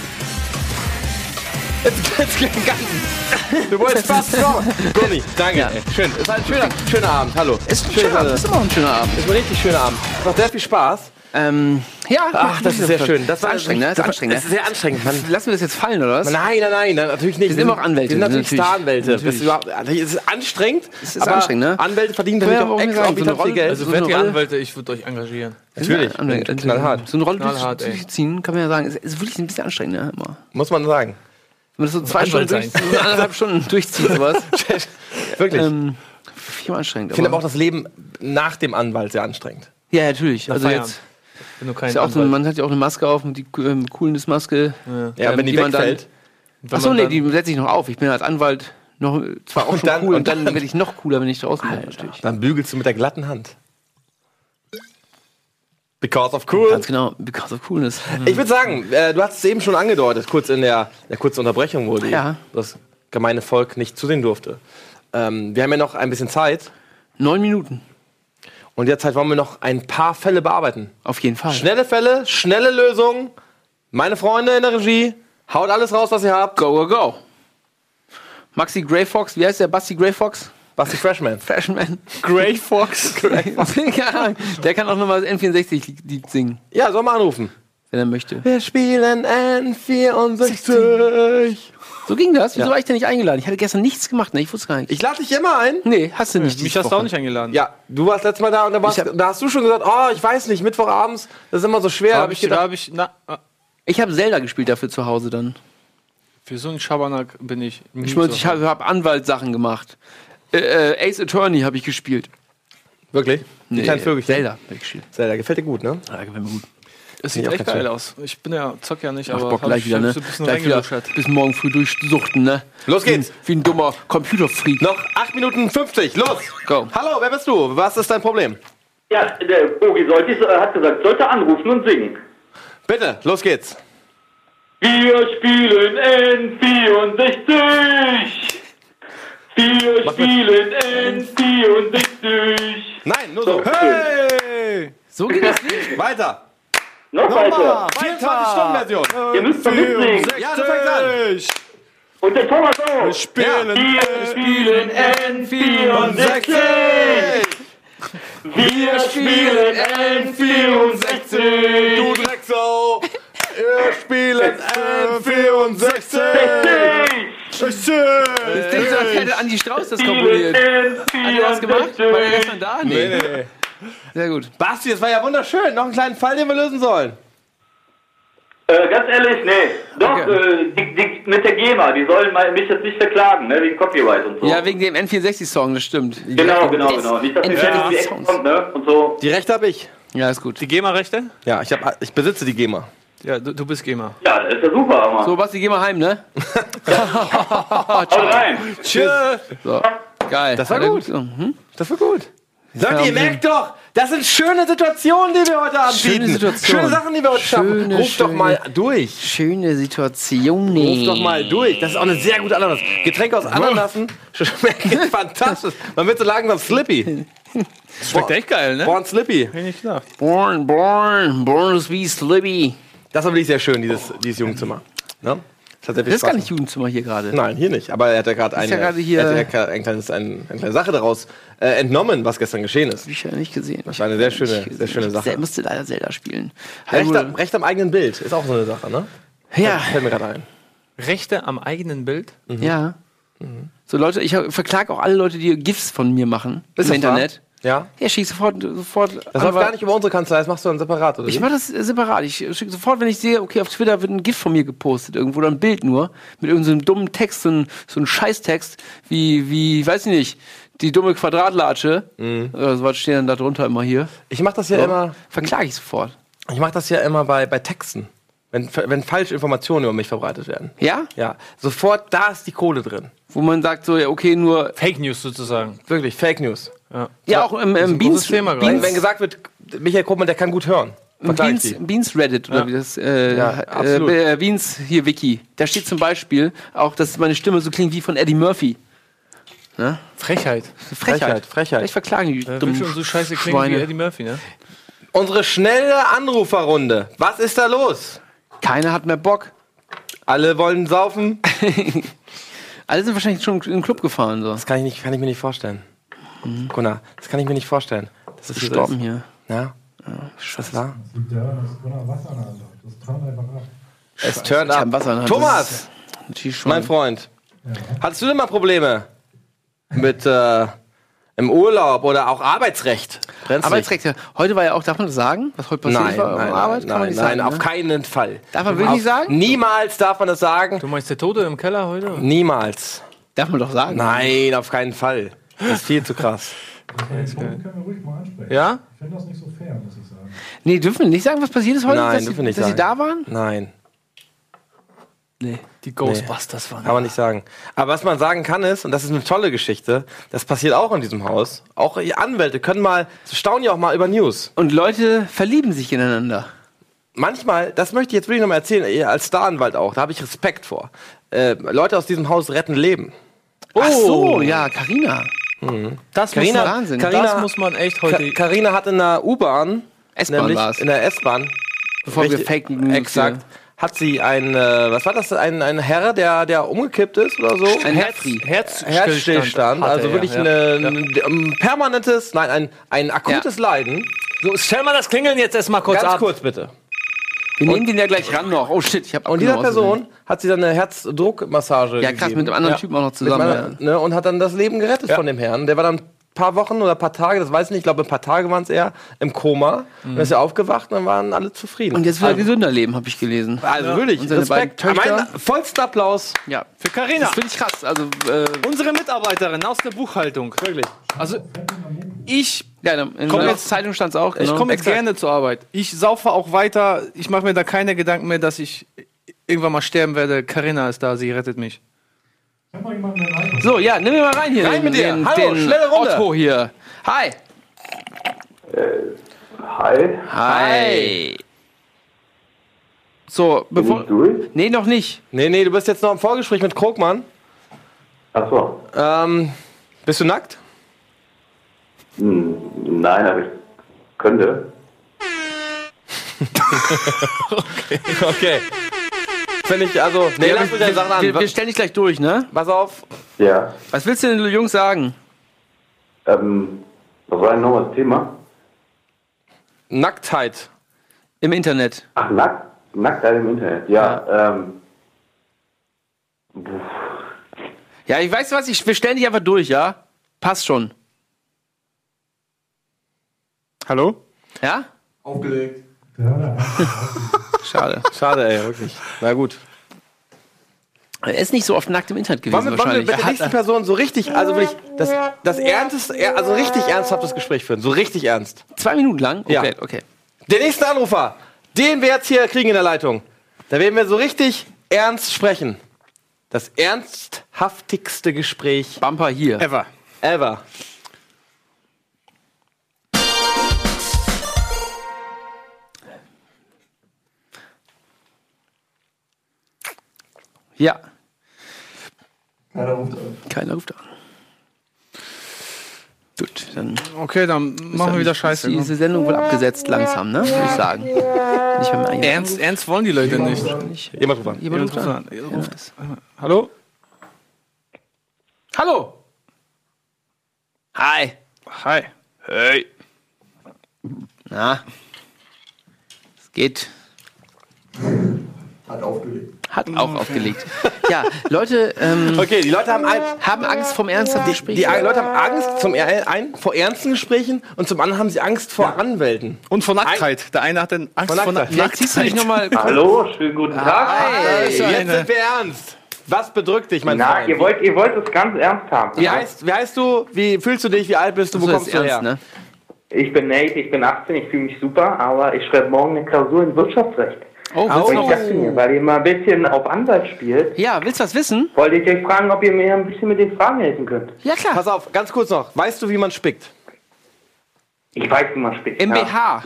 It's, [laughs] it's Guns. The
[laughs]
world's fastest drummer. Gunny, danke. Schön. Es war ein schöner, schöner Abend. Hallo.
Ist ein schöner Abend, ist immer ein schöner Abend.
Es war ein richtig schöner Abend. Es macht sehr viel Spaß.
Ähm, ja,
Ach, das ist sehr schön.
Das war anstrengend, ne? Das war anstrengend,
Das ist
ne?
sehr anstrengend. Man,
Lassen wir das jetzt fallen, oder was?
Nein, nein, nein, nein, natürlich nicht.
Wir sind auch Anwälte,
Wir sind natürlich,
natürlich.
Staranwälte. Das
Natürlich.
ist, überhaupt, natürlich ist es anstrengend.
ist anstrengend, ne?
Anwälte verdienen
Können wir
natürlich
aber
auch
auch nicht sagen, so eine
exorbitant viel
Rolle-
Geld.
also
Also
So werdet ihr
werdet ihr
Rolle-
Anwälte, ich würde euch engagieren.
natürlich, knallhart.
So eine Rolle
Knallhart, ey.
durchziehen, kann man ja sagen, ist, ist wirklich ein bisschen anstrengend, ne? Immer.
muss man sagen. [laughs]
Wenn man das so zwei Stunden,
Anwalt
durch,
sein.
so anderthalb Stunden durchzieht, [laughs] sowas.
Wirklich.
ähm, viel anstrengend.
ich finde aber auch das Leben nach dem Anwalt sehr anstrengend.
ja, ja, natürlich. Also
Feierabend.
jetzt
Wenn du keinen
ist ja auch so,
Anwalt-
man hat ja auch eine Maske auf, die ähm, Coolness-Maske.
Ja,
Ähm,
wenn die,
die man dann-
wegfällt.
wenn
Achso,
man
nee,
dann-
die setze ich noch auf. Ich bin als Anwalt noch äh, zwar auch schon
dann-
cool und
und
dann
dann-
werde ich noch cooler, wenn ich draußen bin, natürlich.
Dann bügelst du mit der glatten Hand. Because of cool.
Ganz genau, because of coolness.
Ich würde sagen, äh, du hast es eben schon angedeutet, kurz in der, der kurzen Unterbrechung, wo die,
Ja.
das gemeine Volk nicht zusehen durfte. Ähm, wir haben ja noch ein bisschen Zeit.
Neun Minuten,
Und in der Zeit wollen wir noch ein paar Fälle bearbeiten.
auf jeden Fall.
Schnelle Fälle, schnelle Lösungen. Meine Freunde in der Regie, haut alles raus, was ihr habt.
Go, go, go. Maxi Grey Fox, wie heißt der? Basti Grey Fox?
Basti Freshman.
Freshman. Grey Fox? [laughs] Grey Fox. Keine Ahnung. Der kann auch nochmal das N64-Lied singen,
Ja, soll mal anrufen.
wenn er möchte.
Wir spielen N64.
So ging das. Wieso war ich denn nicht eingeladen? Ich hatte gestern nichts gemacht, ne? Ich wusste gar nicht.
Ich lade dich immer ein.
nee, hast du nicht.
Mich
diese
hast du auch
Woche.
nicht eingeladen.
Ja, du warst letztes Mal da und da, warst,
Ich hab-
da hast du schon gesagt, oh, ich weiß nicht, Mittwochabends, das ist immer so schwer.
Da
Da
habe ich, da hab ich, na, ah,
Ich habe Zelda gespielt dafür zu Hause dann.
für so einen Schabernack bin ich. nie
Ich, meine,
zu
ich habe hab Anwaltssachen gemacht. Äh, äh, Ace Attorney habe ich gespielt.
wirklich? Nee. Die kleinen Vögelchen.
Zelda habe ich gespielt.
Zelda, gefällt dir gut, ne?
Ja, gefällt mir gut.
Es sieht
Nee, auch
echt
ganz
geil
schön.
aus. Ich bin ja, zock ja nicht,
Ach,
aber
Bock
hab
gleich wieder, ne?
so ein bisschen
Gleich wieder
reingeluschert.
bis morgen früh durchsuchten, ne?
Los geht's.
Wie, wie ein dummer Computerfreak. ne?
Noch 8 Minuten 50, los!
Go.
Hallo, wer bist du? Was ist dein Problem?
Ja, der Bogi sollte, äh, hat gesagt, sollte anrufen und singen.
Bitte, los geht's.
Wir spielen N64. Wir spielen N64.
Nein, nur so.
So.
Hey!
So geht das Lied.
Weiter!
Noch weiter.
24-Stunden-Version.
Ihr müsst doch mitsingen.
Ja, du fängst an.
Und der Thomas auch.
Spielen.
Wir spielen N64. Wir spielen N64.
Du Drecksau. Wir spielen N64.
Wir
Ich denke, so, als hätte Andi Strauß das
spielen
komponiert. Hat er das gemacht? War er
N64.
gestern da? Nee.
Nee.
Sehr gut.
Basti, das war ja wunderschön. Noch einen kleinen Fall, den wir lösen sollen.
Äh, ganz ehrlich, nee. Doch,
Okay.
äh, die, die, mit der GEMA, die sollen mal, mich jetzt nicht verklagen, ne, wegen Copyright und so.
Ja, wegen dem N64-Song, das stimmt.
genau, genau, genau. Nicht, dass die
N64
Fans um die Ecke
Songs.
kommt, ne, und so.
Die Rechte habe ich.
Ja, ist gut.
Die GEMA-Rechte?
Ja, ich, hab, ich besitze die GEMA.
Ja, du, du bist GEMA.
Ja, das ist ja super, Hammer.
So, Basti, geh mal heim, ne?
Haut rein.
Tschüss.
So. Geil. Das
war gut.
Mhm.
Das war gut. Leute,
Ja,
ihr merkt doch, das sind schöne Situationen, die wir heute Abend
Schöne
bieten.
Situationen.
Schöne Sachen, die wir heute schaffen.
Schöne,
Ruf doch
schöne.
mal durch.
Schöne Situation.
Ruf doch mal durch. Das ist auch eine sehr gute Ananas. Getränke aus
Oh.
Ananassen [laughs] schmecken fantastisch. Man wird so langsam Slippy.
Schmeckt echt geil, ne?
Born Slippy.
Hätte ich nicht gedacht.
Born, born, born is wie Slibby.
Das ist aber wirklich sehr schön, dieses, dieses Jugendzimmer. Ne? Das hat sehr viel
Das ist
Spaß
gar nicht Jugendzimmer hier gerade.
gemacht. Nein, hier nicht. Aber er hat ja gerade eine,
ja gerade hier-
er hat ja gerade ein kleines, ein, eine kleine Sache daraus äh, entnommen, was gestern geschehen ist.
Hab ich ja nicht gesehen. Das
war eine sehr schöne- sehr schöne Sache.
Er musste leider Zelda spielen.
Recht
Hallo.
am, recht am eigenen Bild ist auch so eine Sache, ne?
Ja,
Fällt mir gerade ein.
Rechte am eigenen Bild?
Mhm.
ja. So Leute, ich verklage auch alle Leute, die GIFs von mir machen im
Ist das wahr?
Internet.
Ja?
Ja, schicke ich sofort, sofort.
Das läuft gar nicht über unsere Kanzlei, das machst du dann separat, oder?
Ich
wie?
mache das äh, separat. Ich schicke sofort, wenn ich sehe, okay, auf Twitter wird ein GIF von mir gepostet, irgendwo oder ein Bild nur, mit irgendeinem dummen Text, so ein, so ein Scheißtext, wie, wie, weiß ich nicht, die dumme Quadratlatsche. Oder sowas steht dann da drunter immer hier. Ähm,
ich mach das Mhm. ja immer,
Verklage ich sofort.
ich mach das ja immer bei, bei Texten. Wenn, wenn falsche Informationen über mich verbreitet werden.
Ja?
Ja, sofort, da ist die Kohle drin.
Wo man sagt so, ja, okay, nur.
Fake News sozusagen.
Wirklich, Fake News.
Ja, auch im, im Beans,
großes Thema gerade.
Wenn,
Beans,
wenn gesagt wird, Michael Kohlmann, der kann gut hören. Vergleich
Beans,
die.
Beans Reddit oder wie das äh,
Ja, absolut.
äh, äh, Beans hier Wiki. Da steht zum Beispiel auch, dass meine Stimme so klingt wie von Eddie Murphy.
Frechheit.
Frechheit.
Frechheit, Frechheit.
Vielleicht verklagen die
Äh,
dummen
Wünsche und so scheiße klingen wie
Schweine.
Eddie Murphy, ne?
Unsere schnelle Anruferrunde. Was ist da los?
Keiner hat mehr Bock.
Alle wollen saufen? Das
Alle sind wahrscheinlich schon in den Club gefahren. So.
kann ich, nicht, kann ich mir nicht vorstellen. Gunnar, das kann ich mir nicht vorstellen. Das ist
Mhm. Gestorben hier.
Ja. Das war.
Das liegt daran, dass Gunnar Wasser an der Hand hat. Das träumt einfach ab.
Es turn
Ich hab Wasser in der
up.
Hand. Das
Thomas,
ist Natürlich schon.
mein Freund. Hattest du denn mal Probleme mit äh, im Urlaub oder auch Arbeitsrecht? Brennst du dich?
Arbeitsrecht. ja. Heute war ja auch, darf man das sagen? Was heute passiert
Nein,
war
nein,
auf
nein,
Arbeit? Kann
nein,
man
nein,
nicht sagen.
auf
ne?
keinen Fall.
Darf man wirklich
Auf-
nicht sagen?
Niemals darf man das sagen.
Du meinst der Tote im Keller heute?
Niemals.
Darf man doch sagen.
Nein, auf keinen Fall. Das ist viel
[laughs]
zu krass.
Das können wir ruhig mal ansprechen.
Ja?
Ich finde das nicht so fair, muss ich sagen.
Nee, dürfen wir nicht sagen, was passiert ist heute?
Nein,
dass
dürfen
sie,
wir nicht
dass
sagen.
sie da waren?
Nein,
Nee.
Die Ghostbusters waren.
kann man nicht sagen. Aber was man sagen kann ist, und das ist eine tolle Geschichte, das passiert auch in diesem Haus. Auch ihr Anwälte können mal, staunen ja auch mal über News.
Und Leute verlieben sich ineinander.
manchmal, das möchte ich jetzt wirklich nochmal erzählen, ihr als Staranwalt auch, da habe ich Respekt vor. Äh, Leute aus diesem Haus retten Leben. Oh!
Ach so, ja, Karina.
Das muss
Carina-
man-
Wahnsinn.
Carina-
Das
Das
muss
muss man echt
Ka-
heute.
Carina hat in der U-Bahn,
S-Bahn
nämlich
war's.
in der S-Bahn,
Bevor wir
richtig-
Fake News
exakt, hat sie einen, äh, was war das, ein, ein Herr, der, der umgekippt ist oder so?
Ein Herzi.
Herzstillstand,
hatte
also
er,
wirklich
ja.
eine- ein permanentes, nein, ein, ein akutes Leiden.
So, stell mal das Klingeln jetzt erstmal kurz
Ganz
ab.
kurz bitte.
Wir nehmen den ja gleich ran noch. Oh shit, ich hab
Und dieser
abgenommen aus Versehen.
Person hat sie dann eine Herzdruckmassage
Ja,
gegeben.
krass, mit dem anderen Typen auch noch
Mit
zusammen.
meiner-
ja.
ne, und hat dann das Leben gerettet von dem Herrn. Der war dann ein paar Wochen oder ein paar Tage, das weiß ich nicht, ich glaube ein paar Tage waren es eher, im Koma. Und
Mhm.
dann ist er aufgewacht und dann waren alle zufrieden.
Und jetzt will er gesünder leben, habe ich gelesen.
also wirklich,
Und seine
Respekt.
beiden Töchter.
Mein vollster Applaus.
Ja.
Für Carina,
Das finde ich krass. Also, äh,
unsere Mitarbeiterin aus der Buchhaltung. Wirklich. Also, ich
ja, in
Komm
der
jetzt-
Zeitung stand es auch. Genau.
Ich komme jetzt gerne zur Arbeit. Ich saufe auch weiter. Ich mache mir da keine Gedanken mehr, dass ich irgendwann mal sterben werde. Karina ist da, sie rettet mich.
Ich hab mal jemanden in der Leitung.
So, ja, nimm mir mal rein hier.
Rein
den,
mit dir.
Den,
Hallo,
den
schnelle Runde.
Otto hier. Hi.
Hi.
Hi. So,
Bin ich
bevor.
durch?
Nee, noch nicht.
Nee, nee, du bist jetzt noch im Vorgespräch mit Krogmann.
Achso.
Ähm, bist du nackt?
Hm, nein, aber ich könnte.
Okay. Finde ich, also, nee, lass mich deine Sachen an.
wir, wir stellen dich gleich durch, ne?
Pass auf.
Ja.
Was willst du den Jungs sagen?
Ähm, was war denn noch das Thema?
Nacktheit.
Im Internet.
Ach, nackt, nackt im Internet. Ja, ähm,
Ja, ich weiß was, ich, wir stellen dich einfach durch, ja? Passt schon.
Hallo?
Ja?
Der Hörer.
Schade.
Schade, ey, wirklich. Na gut.
Er ist nicht so oft nackt im Internet gewesen
Wollen wir, wollen wir
wahrscheinlich.
mit der
Er hat- [laughs]
nächsten Person so richtig, also will ich das, das ernstes, also richtig ernsthaftes Gespräch führen, so richtig ernst.
zwei Minuten lang? Okay,
Ja.
okay.
Der nächste Anrufer, den wir jetzt hier kriegen in der Leitung, da werden wir so richtig ernst sprechen. Das ernsthaftigste Gespräch
Bumper hier.
Ever.
ever.
Ja,
Keiner ruft an.
keiner ruft an. Gut, dann
Okay, dann machen wir wieder Scheiße.
ist diese Sendung wohl abgesetzt langsam, ne? Würde ich sagen. Ich habe mir eigentlich
Ernst, ernst wollen die Leute nicht.
Jemand ruft an.
jemand ruft an.
Jemand ruft an. Hallo? Hallo?
Hi.
Hi. Hey.
Na? Es geht.
Hat aufgelegt.
Hat auch aufgelegt. Ja, Leute ähm,
Okay, die Leute haben ein,
haben Angst vom ernsthaften Gespräch.
die Leute haben Angst zum er- einen vor ernsten Gesprächen und zum anderen haben sie Angst vor Anwälten.
Und vor Nacktheit. Der eine hat dann Angst
Vor
vor
Nacktheit.
Vielleicht
Nacktheit.
ziehst du dich nochmal.
Hallo, schönen
Ah,
guten Tag.
Hey,
ist ja
jetzt
eine.
sind wir ernst. Was bedrückt dich, mein
Na,
Freund?
ihr wollt, ihr wollt es ganz ernst haben.
Wie heißt, wie heißt du? Wie fühlst du dich? Wie alt bist du? Wo
So
kommst
ist
du her?
ernst, ne?
Ich bin Nate, ich bin 18, ich fühle mich super, aber ich schreibe morgen eine Klausur in Wirtschaftsrecht.
Oh, willst du
Und ich
noch?
dachte mir, weil ihr mal ein bisschen auf Ansatz spielt,
Ja, willst du was wissen?
wollte ich euch fragen, ob ihr mir ein bisschen mit den Fragen helfen könnt.
Ja, klar.
Pass auf, ganz kurz noch. Weißt du, wie man spickt?
Ich weiß, wie man spielt.
Im
ja.
BH.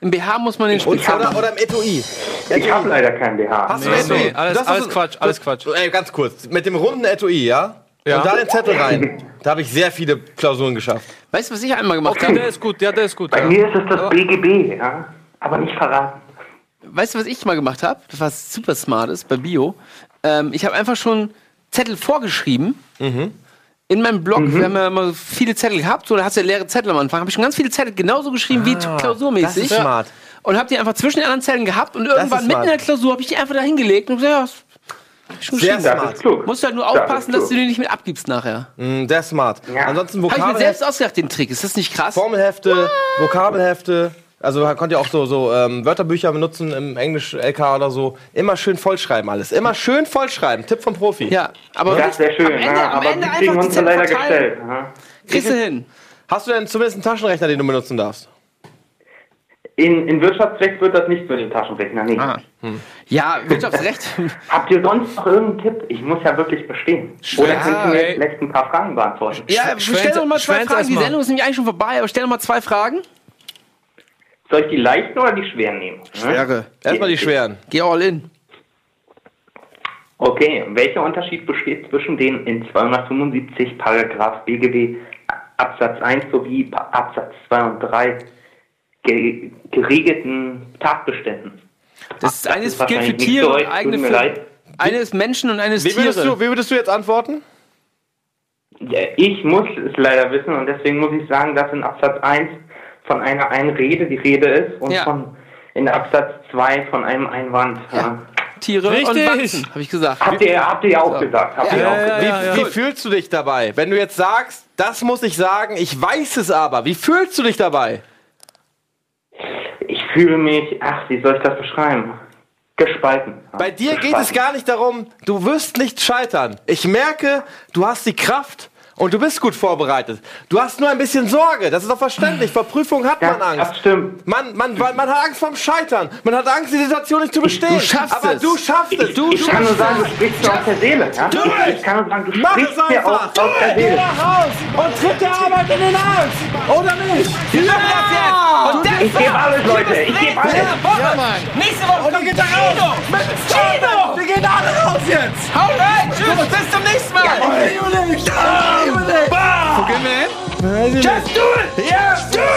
Im BH muss man den Spitz
Oder, oder im Etui?
Ich habe leider kein BH.
Hast
Nee,
du ein
nee,
Etui?
alles,
Das ist
alles
so-
Quatsch, alles Quatsch.
Ey, ganz kurz. Mit dem runden Etui, ja?
Ja.
Und da den Zettel rein. Da habe ich sehr viele Klausuren geschafft.
Weißt du, was ich einmal gemacht
Ja,
habe?
der ist gut, ja, der ist gut.
Bei
Ja.
mir ist es das BGB, ja. Aber nicht verraten.
Weißt du, was ich mal gemacht habe? Das war super smart ist bei Bio. Ähm, ich habe einfach schon Zettel vorgeschrieben.
Mhm.
In meinem Blog, wir haben ja immer viele Zettel gehabt, so, da hast du ja leere Zettel am Anfang. Habe ich schon ganz viele Zettel genauso geschrieben
Ah,
wie klausurmäßig.
das ist smart.
Und habe die einfach zwischen den anderen Zetteln gehabt und irgendwann mitten
smart.
in der Klausur habe ich die einfach da hingelegt und gesagt, ja, das hab ich schon
Sehr
geschrieben.
Das ist
smart.
klug.
Musst du halt nur
Das ist
aufpassen, dass
klug.
du die nicht mit abgibst nachher. Habe
Mm, Sehr smart.
Ja.
Ansonsten
ich mir
Vokabelhefte,
selbst ausgedacht, den Trick. Ist das nicht krass?
Formelhefte, Vokabelhefte. Also man konnte ja auch so, so ähm, Wörterbücher benutzen im Englisch-LK oder so. Immer schön vollschreiben alles. Immer schön vollschreiben. Tipp vom Profi.
Ja, aber
Das wäre schön,
am Ende,
ja,
am
aber
Ende
die
einfach
kriegen
die
uns ja
Zettel
leider
verteilen.
gestellt. ja.
Kriegst du hin.
Hast du denn zumindest einen Taschenrechner, den du benutzen darfst?
In, in Wirtschaftsrecht wird das nicht mit dem Taschenrechner. Nee.
Ah. Ja, Wirtschaftsrecht.
Habt ihr sonst noch irgendeinen Tipp? Ich muss ja wirklich bestehen. Oder könnt ihr mir
ey.
jetzt vielleicht ein paar Fragen beantworten?
ja,
Schwänz-
stell doch mal zwei
Schwänz
Fragen.
erst
Die
mal.
Sendung ist nämlich eigentlich schon vorbei, aber stell doch mal zwei Fragen.
Soll ich die leichten oder die schweren nehmen? Hm?
Erstmal die schweren.
Geh all in.
Okay, welcher Unterschied besteht zwischen den in 275 Paragraph BGB Absatz 1 sowie Pa- Absatz 2 und 3 ge geregelten Tatbeständen?
Das eine ist gilt für
wahrscheinlich nicht
Tiere
so
und
recht,
eigene
tut mir
für.
leid.
Eines Menschen und eines
Wie würdest, du,
Tiere.
wie würdest du jetzt antworten?
Ja, Ich muss es leider wissen und deswegen muss ich sagen, dass in Absatz 1 von einer einen Rede die Rede ist und
Ja.
von in Absatz 2 von einem Einwand. Ja.
Tiere und
Richtig.
Wanzen, habe ich gesagt.
Habt, ihr, habt ihr ja auch gesagt. Habt ihr auch gesagt.
Wie,
ja, ja.
wie fühlst du dich dabei? Wenn du jetzt sagst, das muss ich sagen, ich weiß es aber. Wie fühlst du dich dabei?
Ich fühle mich, ach, wie soll ich das beschreiben? Gespalten.
Bei dir geht es gar nicht darum, du wirst nicht scheitern. Ich merke, du hast die Kraft und du bist gut vorbereitet. Du hast nur ein bisschen Sorge, das ist doch verständlich. Vor Prüfung hat
Ja,
man um Angst.
das stimmt.
Man, man, man, man hat Angst vorm Scheitern. Man hat Angst, die Situation nicht zu bestehen.
schaffst
aber
es.
du schaffst es. Du,
Ich
du
kann nur sagen, du sprichst mir aus der Seele. Ja?
es!
Ich kann nur sagen, du
Mach
sprichst
es
mir aus,
einfach!
aus der
Geh
Seele.
nach Haus und tritt der Arbeit in den Arsch! Oder nicht? Wir machen das jetzt!
Ich gebe alles, Leute. Ich gebe alles.
Und wir gehen da raus! Mit Chino! Wir gehen alle raus jetzt! Hau rein! Tschüss! Bis zum nächsten Mal! Ich liebe dich! Ich liebe dich! Wo gehen wir hin? Just do it! Yes, do it!